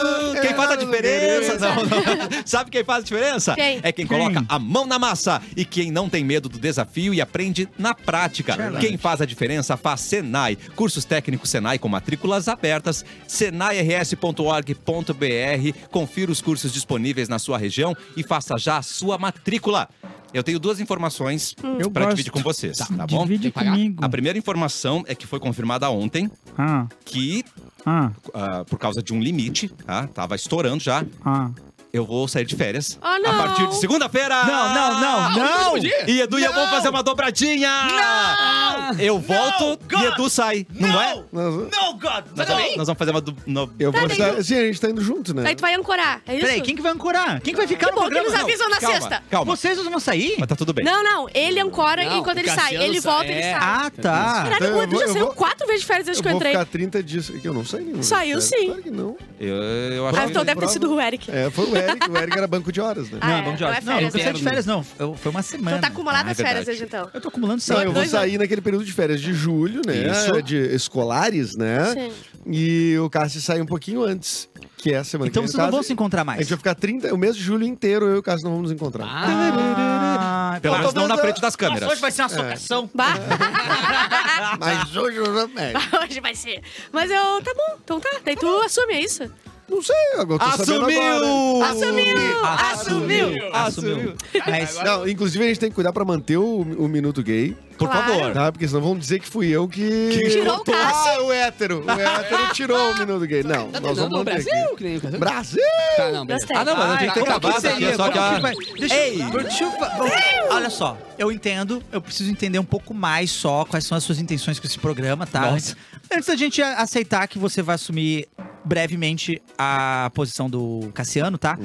D: Quem faz a diferença? Não, não. Sabe quem faz a diferença?
E: Quem?
D: É quem
H: Quem?
D: coloca a mão na massa e quem não tem medo do desafio e aprende na prática. Quem faz a diferença faz Senai. Cursos técnicos Senai com matrículas abertas. senairs.org.br. Confira os cursos disponíveis na sua região e faça já a sua matrícula. Eu tenho duas informações
H: Hum. Eu
D: para
H: gosto.
D: dividir com vocês, tá bom?
H: Divide
B: Tem que pagar.
H: comigo.
D: A primeira informação é que foi confirmada ontem
H: Ah,
D: que,
H: ah,
D: ah, por causa de um limite, tá? Tava estourando já.
H: ah.
D: Eu vou sair de férias.
E: Ah,
D: A
E: não.
D: partir de segunda-feira!
C: Não, não, não, não!
D: E Edu e eu vou fazer uma dobradinha! Não! Eu volto
G: God!
D: e Edu sai. Não tá vai?
F: Nós-
G: Não, God!
D: Nós, vamos- nós vamos fazer uma. do- no-
F: Eu vou
E: daí
F: estar. Sim, a gente tá indo junto, né?
E: Aí tu vai ancorar, é isso?
C: Peraí, quem que vai ancorar? Quem que vai ficar
E: Que
C: no
E: bom que
C: programa?
E: eles avisam na
D: calma,
E: sexta.
D: Calma.
C: Vocês vão sair?
D: Mas tá tudo bem.
E: Não, não. Ele ancora
B: Não,
E: e quando
B: o
E: ele sai,
B: Cassiano
E: ele
B: sai-
E: volta, ele
B: é.
E: sai.
C: Ah, tá.
E: Caralho, o Edu já
F: Eu vou-
E: saiu quatro vezes de férias desde
F: Eu
E: que eu
F: vou
E: entrei.
F: ficar 30 dias. Que eu não saí nenhum.
E: Saiu,
F: Claro-
E: sim.
F: Claro que não.
D: Eu, eu acho
E: Ah,
D: que.
E: então deve ter
F: Prova-
E: sido o Eric.
F: É, foi o Eric. O Eric era banco de horas, né?
E: Ah, é,
C: vamos de
E: não é
C: ordem. Não, eu
E: férias,
C: não saí
E: né?
C: de férias, não. Eu- Foi uma semana.
E: Então tá acumulado
D: Ah, é
E: as férias
D: verdade.
E: desde então.
C: Eu tô acumulando
F: Não,
C: sempre.
F: eu vou sair naquele período de férias de julho, né?
D: Isso.
F: De escolares, né?
E: Sim.
F: E o Cássio sai um pouquinho antes, que é a semana
C: Então
F: que vem.
C: vocês
F: No
C: não vão
F: caso,
C: se encontrar
F: A gente
C: mais.
F: vai ficar 30, o mês de julho inteiro eu e o Cássio não vamos nos encontrar.
C: Ah,
D: Pelo
C: pô,
D: menos não
F: talvez
D: na
F: eu-
D: frente das
C: nossa,
D: câmeras.
C: hoje vai ser uma socação.
E: Bah.
F: Mas hoje eu não. É,
E: Hoje vai ser. Mas eu. Tá bom, então tá. Daí tu assume, é isso?
F: não sei, agora eu tô sabendo agora.
E: Assumiu! Assumiu!
C: Assumiu. Mas
F: Não, inclusive a gente tem que cuidar pra manter o, o minuto gay,
D: Por
E: Claro.
D: favor.
F: tá? Porque senão vão dizer que fui eu que.
E: Tirou o Cássio.
F: Ah, o hétero. O hétero tirou o minuto gay. Não,
B: Tá
F: nós
B: tentando
F: vamos
B: no
F: manter. aqui.
B: Brasil, que nem o Brasil.
F: Brasil!
B: Tá, não, beleza.
E: Gostei.
D: Ah, não, mas a gente tem que
C: Como
D: acabar.
C: que seria?
D: tá? Só que
C: Como
D: a...
C: que vai- Deixa eu- deixa eu fa- vamos- Olha só, eu entendo, eu preciso entender um pouco mais só quais são as suas intenções com esse programa, tá?
B: Nossa.
C: Antes, antes da gente a- aceitar que você vai assumir brevemente a posição do Cassiano, tá?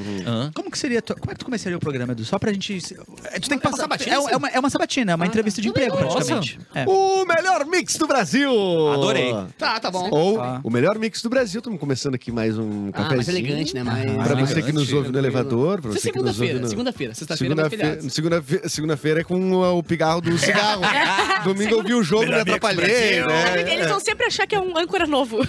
C: Como que seria. tua- Como é que tu começaria o programa, Edu? Só pra gente. se- é, Tu tem que
B: uma
C: passar.
B: sabatina,
C: é,
B: assim?
C: é uma, é uma sabatina, é uma
B: Ah,
C: entrevista de
B: tá.
C: emprego,
B: Legal.
C: praticamente. É.
F: O melhor mix do Brasil!
D: Adorei.
B: Tá, tá bom.
F: Ou
C: Ah.
F: o melhor mix do Brasil. Estamos começando aqui mais um
B: Ah, mais
F: cafezinho.
B: elegante, né?
D: Ah,
B: Mais,
F: Pra
B: mais
F: você que nos ouve no
B: tranquilo.
F: elevador, pra
B: Isso é
F: você que nos ouve
B: segunda-feira,
F: no...
B: segunda-feira. Sexta-feira é mais
F: Segunda-feira
B: feriado.
F: segunda segunda-feira é com ah, o pigarro do cigarro. Domingo eu vi o jogo, me atrapalhei, né?
E: Eles vão sempre achar que é um âncora novo.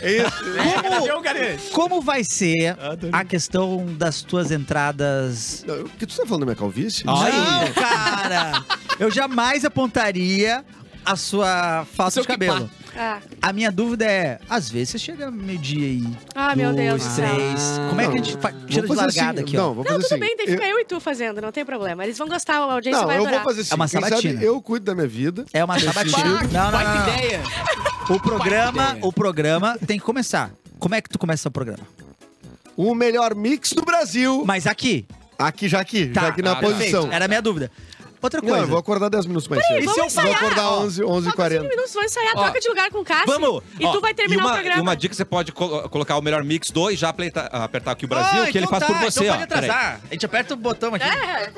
C: Como vai ser a questão das tuas entradas?
F: O que tu tá falando da minha calvície?
D: Ah,
C: Não, cara! Eu jamais apontaria a sua falta
B: Seu
C: de cabelo.
E: Ah,
C: A minha dúvida é, às vezes você chega meio-dia aí.
E: Ah, meu Deus do
C: Dois,
E: céu.
C: três. Como é que a gente fa-
F: Ah. Vamos
C: tira de
F: fazer
C: largada
F: assim,
C: aqui,
F: Não,
C: ó?
E: Não,
F: vamos fazer
E: tudo
F: assim.
E: bem, tem que ficar eu... e tu fazendo, não tem problema. Eles vão gostar, a audiência
F: Não,
E: vai
F: eu vou
E: adorar.
F: fazer assim.
C: É uma
F: Quem sabe
C: sabatina.
F: eu cuido da minha vida.
C: É uma sabatina. Não, não,
B: Vai
C: não,
B: que
C: não.
B: ideia.
C: O programa,
B: ideia.
C: o programa tem que começar. Como é que tu começa o programa?
F: O melhor mix do Brasil.
C: Mas aqui,
F: Aqui, já aqui.
C: Tá.
F: Já aqui na
D: Ah,
F: posição.
C: era a minha dúvida. Outra
F: Não,
C: coisa.
F: eu vou acordar 10 minutos mais cedo.
E: vamos
F: Vou
E: ensaiar,
F: acordar
E: ó.
F: 11,
E: Falta
F: 11h40.
E: 20 assim, minutos, vamos ensaiar,
D: Ó,
E: troca de lugar com o Cássio.
D: Vamos!
E: E
D: Ó,
E: tu vai terminar
D: e uma,
E: o programa. É.
D: E uma dica, você pode colo- colocar o melhor mix 2, já apleta- apertar aqui o Brasil,
C: Ah,
D: que ele
C: então
D: faz
C: tá,
D: por você,
C: então
D: ó.
C: pode
D: Peraí.
C: atrasar. A gente aperta o botão aqui.
E: É.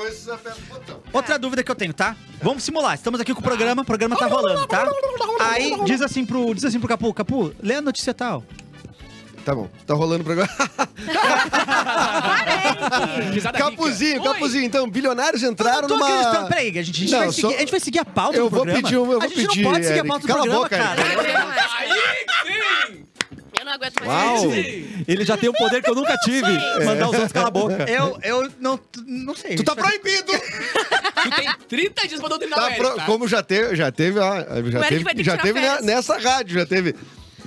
C: Outra dúvida que eu tenho, tá? Vamos simular. Estamos aqui com o programa, o programa tá rolando, tá? Aí diz assim pro, diz assim pro Capu, Capu, lê a notícia tal.
F: Tá bom. Tá rolando pra agora.
B: Risada rica.
F: Capuzinho,
B: Oi.
F: Capuzinho. Então, bilionários
C: Eu
F: entraram
C: não tô
F: numa...
C: acreditando. Peraí, a gente, a gente
F: Não,
C: vai
F: só-
C: seguir, a gente vai seguir a pauta
F: Eu
C: do
F: vou
C: programa.
F: pedir um- eu
C: a
F: vou
C: gente
F: pedir,
C: não pode seguir a
F: Eric.
C: pauta do
F: Cala a
C: programa,
F: boca,
C: cara.
E: Eu não aguento mais. Eu não aguento mais.
F: Uau.
D: Ele já tem um poder que eu nunca tive. Mandar os outros calar a boca.
C: Eu, eu não, não sei.
F: Tu tá proibido!
B: Tu tem 30 dias pra não terminar o
F: Tá
B: Eric,
F: pro-
B: tá?
F: Como já teve, já teve, ó, já
E: Eric
F: teve,
E: vai ter que
F: já
E: tirar
F: teve
E: férias.
F: ne- nessa rádio, já teve.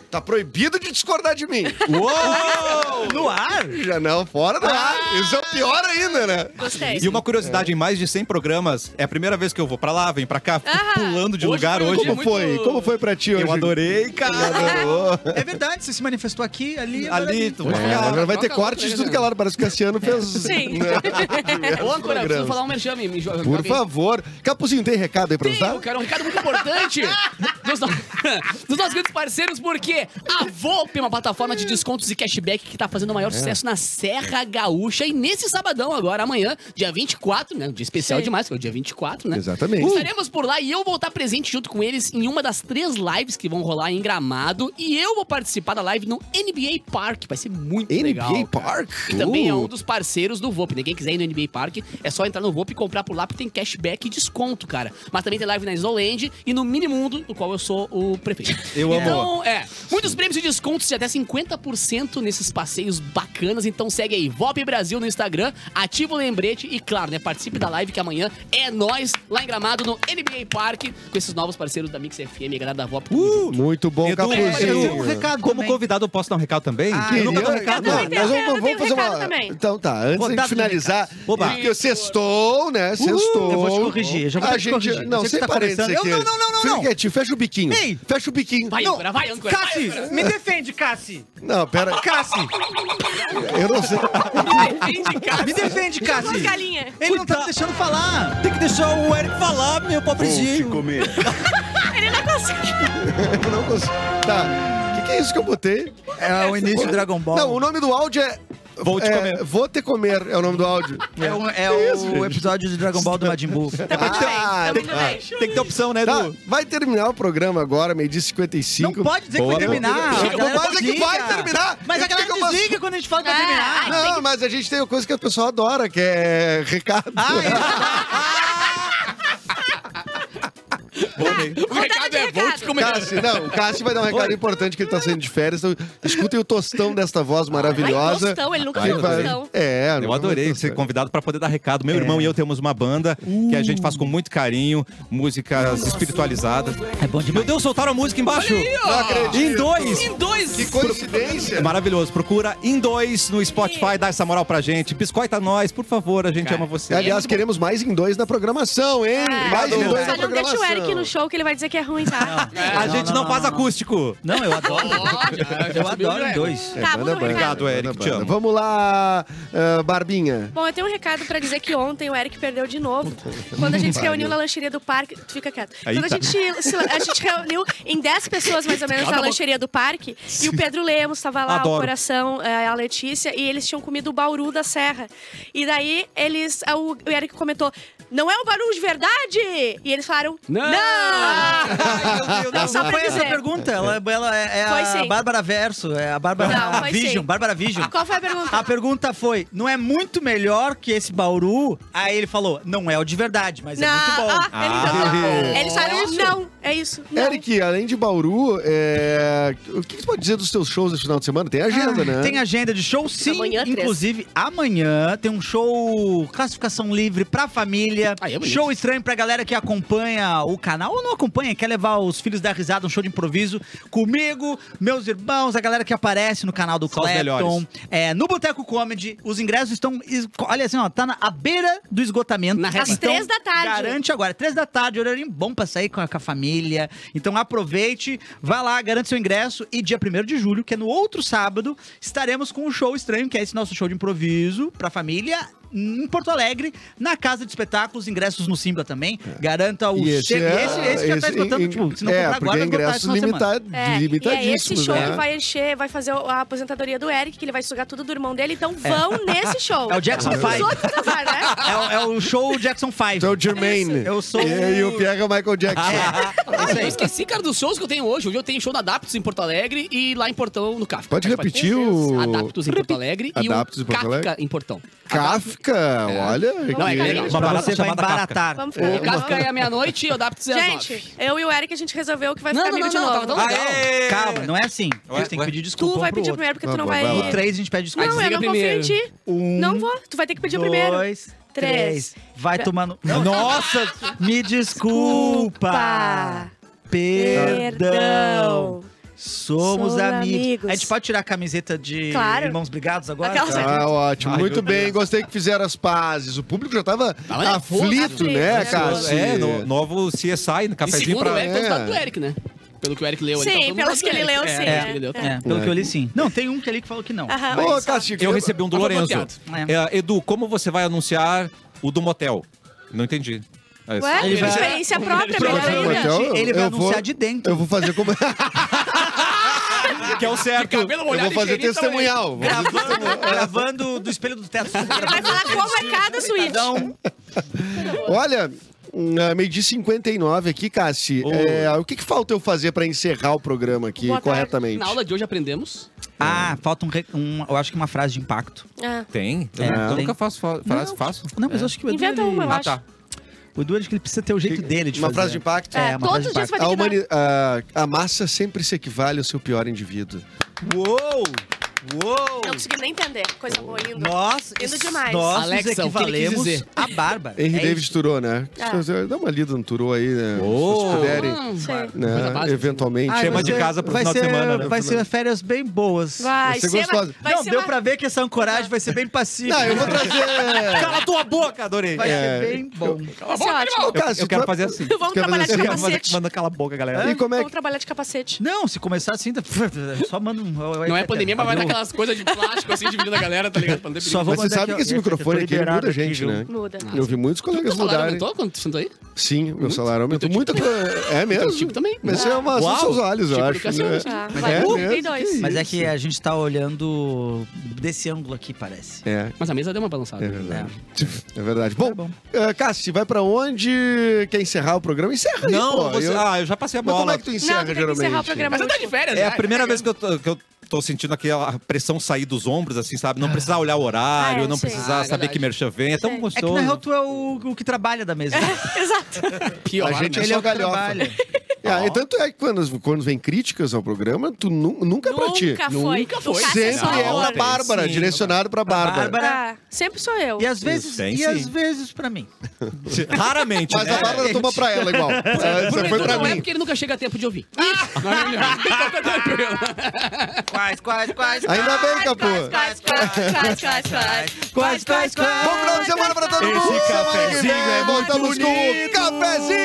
F: Tá proibido de discordar de mim.
D: Uou!
C: é no ar?
F: já não, fora do ar. Isso é o pior ainda, né?
E: Gostei.
D: E uma
C: É.
D: curiosidade, em mais de 100 programas, é a primeira vez que eu vou pra lá, vem pra cá, fico
E: Ah.
D: pulando de
B: Hoje
D: lugar
B: foi um
D: hoje.
B: dia
F: Como
B: muito-
F: foi? Como foi pra ti hoje?
D: Eu adorei, cara.
F: Adorou.
C: É verdade, você se manifestou aqui, ali. agora
D: Ali, tu
F: É, agora vai ter
B: Troca
F: corte de
B: outra,
F: tudo
B: né?
F: que é lado. Parece que o Cassiano fez.
E: Sim.
F: né,
B: Ô, Ancora, eu preciso
F: programas.
B: falar um merchame. Me joga,
F: Por
B: alguém-
F: favor. Capuzinho, tem recado aí pra
B: Tem,
F: nos
B: eu
F: dar?
B: quero um recado muito importante dos, no- dos nossos grandes parceiros, porque a Volpe é uma plataforma de descontos e cashback que tá fazendo o
F: É.
B: maior sucesso na Serra Gaúcha. E nesse sabadão agora, amanhã, dia 24, né? Um dia especial
E: Sim.
B: demais, que é o dia 24, né?
F: Exatamente.
B: Estaremos por lá e eu vou estar presente junto com eles em uma das três lives que vão rolar em Gramado. E eu vou participar da live no NBA Park. Vai ser muito legal.
F: NBA
B: cara.
F: Park?
B: Que também é
F: Uh.
B: um dos parceiros do VOP, né? Quem quiser ir no NBA Park, é só entrar no VOP e comprar por lá, porque tem cashback e desconto, cara. Mas também tem live na Isoland e no Minimundo, do qual eu sou o prefeito.
D: Eu amo.
B: Então, é, muitos prêmios e descontos de até 50% nesses passeios bacanas. Então segue aí, VOP Brasil no Instagram, ativa o lembrete e, claro, né, participe da live que amanhã é nós lá em Gramado, no NBA Park, com esses novos parceiros da Mix FM, a galera da VOP.
F: Muito bom,
D: Edu,
C: Eu tenho um
F: Capuzinho.
C: recado
D: Como
C: também.
D: convidado, eu posso dar um recado também?
C: Ah,
D: eu nunca dou
F: Queria-
D: recado.
E: Eu
F: Não,
E: também tenho
F: nós vamos,
E: recado, eu
F: vamos
E: tenho
F: fazer
E: recado
F: uma.
E: também.
F: Então tá, antes
C: Vou
F: de
C: dar
F: gente finalizar.
C: meu recado. Oba. Uh,
F: Porque sextou, né? Sextou.
C: eu vou te corrigir, eu já vou
F: a
C: ter que
F: gente,
C: corrigir. Eu
F: Não,
C: sei que
F: sem
C: tá
F: parênteses
C: começando.
F: aqui.
C: Eu- não, não, não,
F: Fica
C: não.
F: quietinho, fecha o biquinho.
C: Ei.
F: Fecha o biquinho.
B: Vai,
F: não,
B: Âncora, vai, Âncora. vai,
C: Cassi,
B: Âncora.
C: me defende, Cassi.
F: não, pera.
C: Cassi,
F: Eu não sei.
B: Defende, cara.
C: me defende,
E: Vamos,
C: Cassi.
E: galinha.
C: Ele não tá me deixando falar.
D: Tem que deixar o Eric falar, meu pobrezinho.
F: comer.
E: Ele não consegue.
F: Eu não consigo. Tá. O que, que é isso que eu botei?
C: É o início do Dragon Ball.
F: Não, o nome do áudio é.
D: Vou te
F: é,
D: comer.
F: Vou te comer, é o nome do áudio.
C: É o, é
F: Isso,
C: o
F: gente.
C: episódio do Dragon Ball do Majin Buu.
E: Tamo indo bem,
F: Ah,
E: tamo indo bem.
D: Tem que ter opção, né,
F: Tá,
D: Edu?
F: vai terminar o programa agora, meio-dia e 55.
C: Não pode dizer
D: Boa,
C: que vai terminar.
F: boa.
C: a galera
F: Mas é que
C: desliga.
F: vai terminar.
C: Mas
F: E
C: a
F: o que que
C: galera
F: eu faço?
C: desliga quando a gente fala que vai
E: Ah,
C: terminar.
F: Não, mas a gente tem uma coisa que o pessoal adora, que é recado.
B: O recado é, vou te comer.
F: Cássio, não, o Cássio vai dar um recado importante que ele tá saindo de férias. Então, escutem o tostão desta voz maravilhosa.
E: Ai, tostão, ele nunca
F: Ele
E: falou
F: vai-
D: um
E: tostão.
F: É,
D: Eu adorei ser convidado para poder dar recado.
C: É.
D: Meu irmão e eu temos uma banda que a gente faz
C: Uh.
D: com muito carinho, músicas espiritualizadas.
C: É bom
D: Meu Deus, soltaram a música embaixo!
F: Não acredito.
D: Em dois!
B: Em dois.
F: Que coincidência.
D: É maravilhoso. Procura em dois no Spotify, dá essa moral pra gente. Biscoita nós, por favor, a gente ama você.
C: é
F: Aliás, queremos mais em dois na programação, hein? mais em
E: Só
F: dois
E: não deixa
F: na programação.
E: o Eric no show que ele vai dizer que é ruim, tá?
D: A gente não, faz acústico.
C: Não, eu adoro.
B: Ó, já- já
C: eu
B: subiu o
C: adoro em
B: Greg.
C: dois.
E: Tá,
F: É, manda
E: vamos
F: bala.
E: recado.
D: é, Obrigado, Eric.
F: Manda
D: Te
F: bala.
D: amo.
F: Vamos lá, ah, Barbinha.
E: Bom, eu tenho um recado pra dizer que ontem o Eric perdeu de novo. Quando a gente se reuniu na lancheria do parque. Tu fica quieto.
D: Aí
E: Quando a
D: tá.
E: gente se a gente reuniu em 10 pessoas, mais ou menos, na lancheria do parque. E o Pedro Lemos tava lá,
D: Adoro.
E: o Coração, eh, a Letícia, e eles tinham comido o bauru da serra. E daí eles. ah, O o Eric comentou: não é o bauru de verdade! E eles falaram:
B: Não!
E: não! Não, só pra
C: foi essa a
E: dizer.
C: pergunta. Ela, ela é, é
E: Foi
C: a
E: sim.
C: Bárbara Verso, é a
E: Não,
C: Bárbara
E: foi
C: Vision.
E: sim. Ah,
C: Bárbara Vision.
E: Qual foi a pergunta?
C: A pergunta foi: não é muito melhor que esse Bauru? Aí ele falou: não é o de verdade, mas é muito bom.
E: Ah, ele
F: Ah.
E: não. Eles falaram, não, é isso. Não.
F: Eric, além de Bauru, é, o que você pode dizer dos teus shows esse final de semana? Tem agenda, né?
C: Ah, Tem agenda de show, sim.
E: Amanhã, três.
C: Inclusive, amanhã tem um show classificação livre pra família.
B: Aí é bonito.
C: show estranho pra galera que acompanha o canal ou não acompanha, quer levar os filhos da risada, um show de improviso comigo, meus irmãos, a galera que aparece no canal do
D: Só os
C: Clapton.
D: melhores.
C: É, no Boteco Comedy, os ingressos estão. es- Olha assim, ó, tá na à beira do esgotamento.
B: Na reta.
E: Às três da tarde.
C: Então, Garante agora, três da tarde, horário bom pra sair com a, com a família. Então aproveite, vá lá, garante seu ingresso. E dia 1 de julho, que é no outro sábado, estaremos com um show estranho, que é esse nosso show de improviso pra família. Em Porto Alegre, na Casa de Espetáculos, ingressos no Simpla também. Garanta o
F: E esse,
C: cheiro.
F: é,
C: esse, esse já tá esgotando,
F: em-
C: tipo, se não
F: é,
C: comprar
F: porque
C: agora, vai
F: é
C: esgotar esse
F: ingresso
C: final de semana.
F: limitado,
E: É, e é esse
F: limitadíssimo,
E: show
F: né?
E: que vai encher, vai fazer o- a aposentadoria do Eric, que ele vai sugar tudo do irmão dele, então vão nesse show.
C: É o Jackson
E: Os
C: Five.
E: outros não vai, né?
C: É o, é o show Jackson 5.
F: Tu é o Jermaine.
C: Eu sou
F: E, e
C: o-
F: o Pierre é o Michael Jackson.
C: É,
B: Ah, Eu
C: é isso aí.
B: esqueci, cara, dos shows que eu tenho hoje. Hoje eu tenho show da Adaptos em Porto Alegre e lá em Portão, no Kafka.
F: Pode repetir o-
B: Adaptos em Porto Alegre e
F: Adaptos
B: o
F: em Porto
B: Kafka
F: Alegre?
B: em Portão.
F: Kafka, olha.
B: Não, é
F: que-
B: legal.
D: Uma
C: Pra
D: barata
C: você vai
D: chamada Kafka.
C: baratar.
E: Vamos ficar
B: O
E: legal.
B: Kafka é à meia-noite e o Adaptos é às nove.
E: Gente, eu e o Eric, a gente resolveu que vai
B: Não,
E: ficar
B: não, não,
E: amigo de
B: não,
E: novo.
B: tava tão legal.
D: Aê!
C: Calma, não é assim. A
D: Ué,
C: gente tem
D: ué.
C: que pedir desculpa.
E: Tu vai
C: um pro
E: pedir
C: outro.
E: primeiro, porque
F: Tá
E: tu não
F: bom,
E: vai...
F: vai
C: O
F: lá.
C: três a gente pede desculpa.
E: Não, é eu
B: Desliga
E: não confio em
B: primeiro.
E: ti.
C: Um,
E: Não vou, tu vai ter que pedir
C: dois,
E: primeiro.
C: três.
E: Três.
C: Vai tomando. Nossa! Me desculpa! Perdão!
E: Perdão.
C: Somos
E: Somos
C: amigos.
E: amigos.
C: A gente pode tirar a camiseta de
E: Claro.
C: Irmãos Brigados agora?
E: Aquela-
C: Tá.
F: Ah, ótimo.
D: Ai, meu
F: Muito bem, gostei que fizeram as pazes. O público já tava
B: Tava nervoso,
F: aflito, né,
E: aflito,
F: cara?
D: É, no- novo CSI, no
B: E
D: cafezinho
B: segundo
D: pra...
B: o Eric, é o
F: É.
B: resultado do Eric, né? Pelo que o Eric leu ali.
E: Sim,
B: tá todo mundo
E: pelos
B: gostando
E: que
B: do
E: ele
B: Eric.
E: leu, sim,
B: É,
E: é.
B: ele leu.
C: É, pelo que eu li, sim. Não, tem um que ali que falou que não.
E: Aham.
F: Ô,
E: Olha só.
F: Castigo,
D: Eu recebi um do
B: Mas foi
D: Lourenço.
C: bloqueado.
D: É, Edu, como você vai anunciar o do motel? Não entendi. É isso.
E: Ué,
C: Ele vai- um
E: experiência própria, né, melhor
F: Próximo
E: ainda.
C: Ele
F: hotel,
C: vai
F: então eu
C: anunciar
F: vou-
C: de dentro.
F: Eu vou fazer como.
D: Que é o certo.
B: Cabelo
F: Tipo, eu
B: molhado
F: vou
B: e
F: fazer
B: cheirinho também.
F: testemunhal. Vou fazer-
C: Gravando, gravando do espelho do teto.
E: Ele vai falar como é cada suíte.
C: Então,
F: Olha. hum, é, Meio-dia e 59 aqui, Cassi.
D: Ô.
F: É, o que, que falta eu fazer pra encerrar o programa aqui
E: Boa tarde.
F: corretamente?
B: Na aula de hoje aprendemos.
C: ah, falta um, re- um. Eu acho que uma frase de impacto.
E: Ah,
D: Tem? Eu,
C: É,
D: não- eu
C: tem.
D: nunca faço fa- frase, faço.
C: Não,
F: É.
C: mas eu acho que o Edu.
E: Inventa
C: ele-
E: uma, eu
D: Ah,
E: acho.
D: tá.
C: O Edu, acho que ele precisa ter o jeito dele de
F: Uma
C: fazer.
F: frase de impacto.
E: É,
C: É, uma frase
E: todos os dias
C: de
E: vai ter
F: A,
E: que dar.
F: humani- a- a massa sempre se equivale ao seu pior indivíduo.
C: Uou! Uou!
E: Não consegui nem entender. Coisa boa linda.
C: Nós,
E: Indo demais.
C: nós
B: Alexa,
C: nos
B: o que ele quis
C: equivalemos
B: dizer?
C: a Bárbara.
F: Henry
C: É
F: David Turou, né?
E: Ah.
F: Dá uma lida no Turou aí, né? Se
D: Oh.
F: vocês puderem.
E: Sim.
F: né?
B: Coisa básica.
F: Eventualmente. é-
C: Ah,
D: Chama
C: vai
D: de
C: ser-
D: casa pro
C: vai
D: final de
C: ser-
D: semana, né?
C: Vai ser férias bem boas.
E: Vai,
F: ser
E: ser,
F: gostosa.
E: vai
C: Não,
E: ser
C: deu
E: uma-
C: pra ver que essa ancoragem vai ser bem passiva.
F: Não, Tá, eu vou trazer.
D: Cala tua boca, adorei.
C: Vai
F: É.
C: ser bem bom.
B: Tá
E: Vai ser é ótimo.
F: Ô, Cássio,
D: eu quero
F: tu-
D: fazer assim.
E: Vamos trabalhar de
D: Eu quero fazer
E: capacete.
D: manda cala a boca, galera.
F: E como é
E: Vamos
F: que.
E: trabalhar de capacete.
C: Não, se começar assim, tá- só manda um...
B: Não é pandemia, mas vai dar aquelas coisas de plástico assim, dividindo a galera, tá ligado? Pra não ter
C: Só
B: perigo.
C: vou
F: Mas você
C: mandar
F: sabe
C: aqui,
F: que esse
C: ó.
F: microfone
C: Eu tô
F: aqui ele muda a
C: liberado aqui,
F: gente,
C: viu?
F: né?
E: Muda. né?
F: Eu vi muitos
B: Teu
F: colegas
B: salário
F: mudarem.
B: aumentou quando tu sentou aí?
F: Sim, meu salário aumentou muita coisa. É
B: Teu
F: mesmo?
B: tipo também.
F: Mas isso é uma
D: Uau.
F: assunto aos olhos, eu
B: Tipo
F: acho.
B: educação,
F: né?
B: sim.
E: Ah,
F: Mas
E: vai.
F: é
E: Uh,
F: mesmo?
E: tem dois.
C: Mas é que a gente tá olhando desse ângulo aqui, parece.
F: É,
B: Mas a mesa deu uma balançada.
F: é verdade. É verdade. Bom,
C: Tá bom.
F: eh, Cassi, vai pra onde quer encerrar o programa? Encerra aí,
D: Não,
F: pô.
D: você-
F: Eu-
D: ah, eu já passei a
F: Mas como
D: bola.
F: é que tu
E: Não,
F: encerra,
E: tu tem que
F: geralmente?
E: encerrar o programa.
B: Mas você tá de férias,
D: É
B: né?
D: a primeira vez que eu tô, que eu tô sentindo aquela pressão sair dos ombros, assim, sabe? Não precisar olhar o horário,
E: Ah, é,
D: não
E: sim.
D: precisar
B: Ah, é
D: saber
B: verdade.
D: que merchan vem. É tão
E: Sim.
D: gostoso.
C: É que na real tu é o, o que trabalha da mesa.
E: Exato.
B: Pior,
F: A gente
B: né?
F: é
C: Ele é
F: só
C: o que
F: galhofa.
C: trabalha.
F: Ah, e tanto é que quando, quando vem críticas ao programa, tu nu- nunca é pra ti.
E: Nunca foi.
B: Nunca foi.
E: O Cássio é só
F: Sempre é pra
E: amor.
F: Bárbara,
C: Sim.
F: direcionado pra Bárbara.
C: Bárbara.
E: Ah, sempre sou eu.
C: E é- às vezes,
D: tem
C: e
D: sim.
C: às vezes pra mim.
D: Raramente,
F: Mas
D: né?
F: a Bárbara toma pra ela igual. Ela- Você
B: Por
F: foi
B: Edu
F: pra
B: não é
F: mim. Ah! Tá
B: porque ele nunca chega a tempo de ouvir. Não é melhor. Fica tranquilo.
C: Quais, quais, quais,
F: Ainda bem, Capô.
E: Quase, quase, quase, quase, quase, quase.
C: Quais, quais, quais.
F: Bom final de semana pra todo
D: Esse
F: mundo. Semana que
D: cafezinho
F: vem
D: é muito
F: voltamos com o
D: bonito.
F: cafezinho.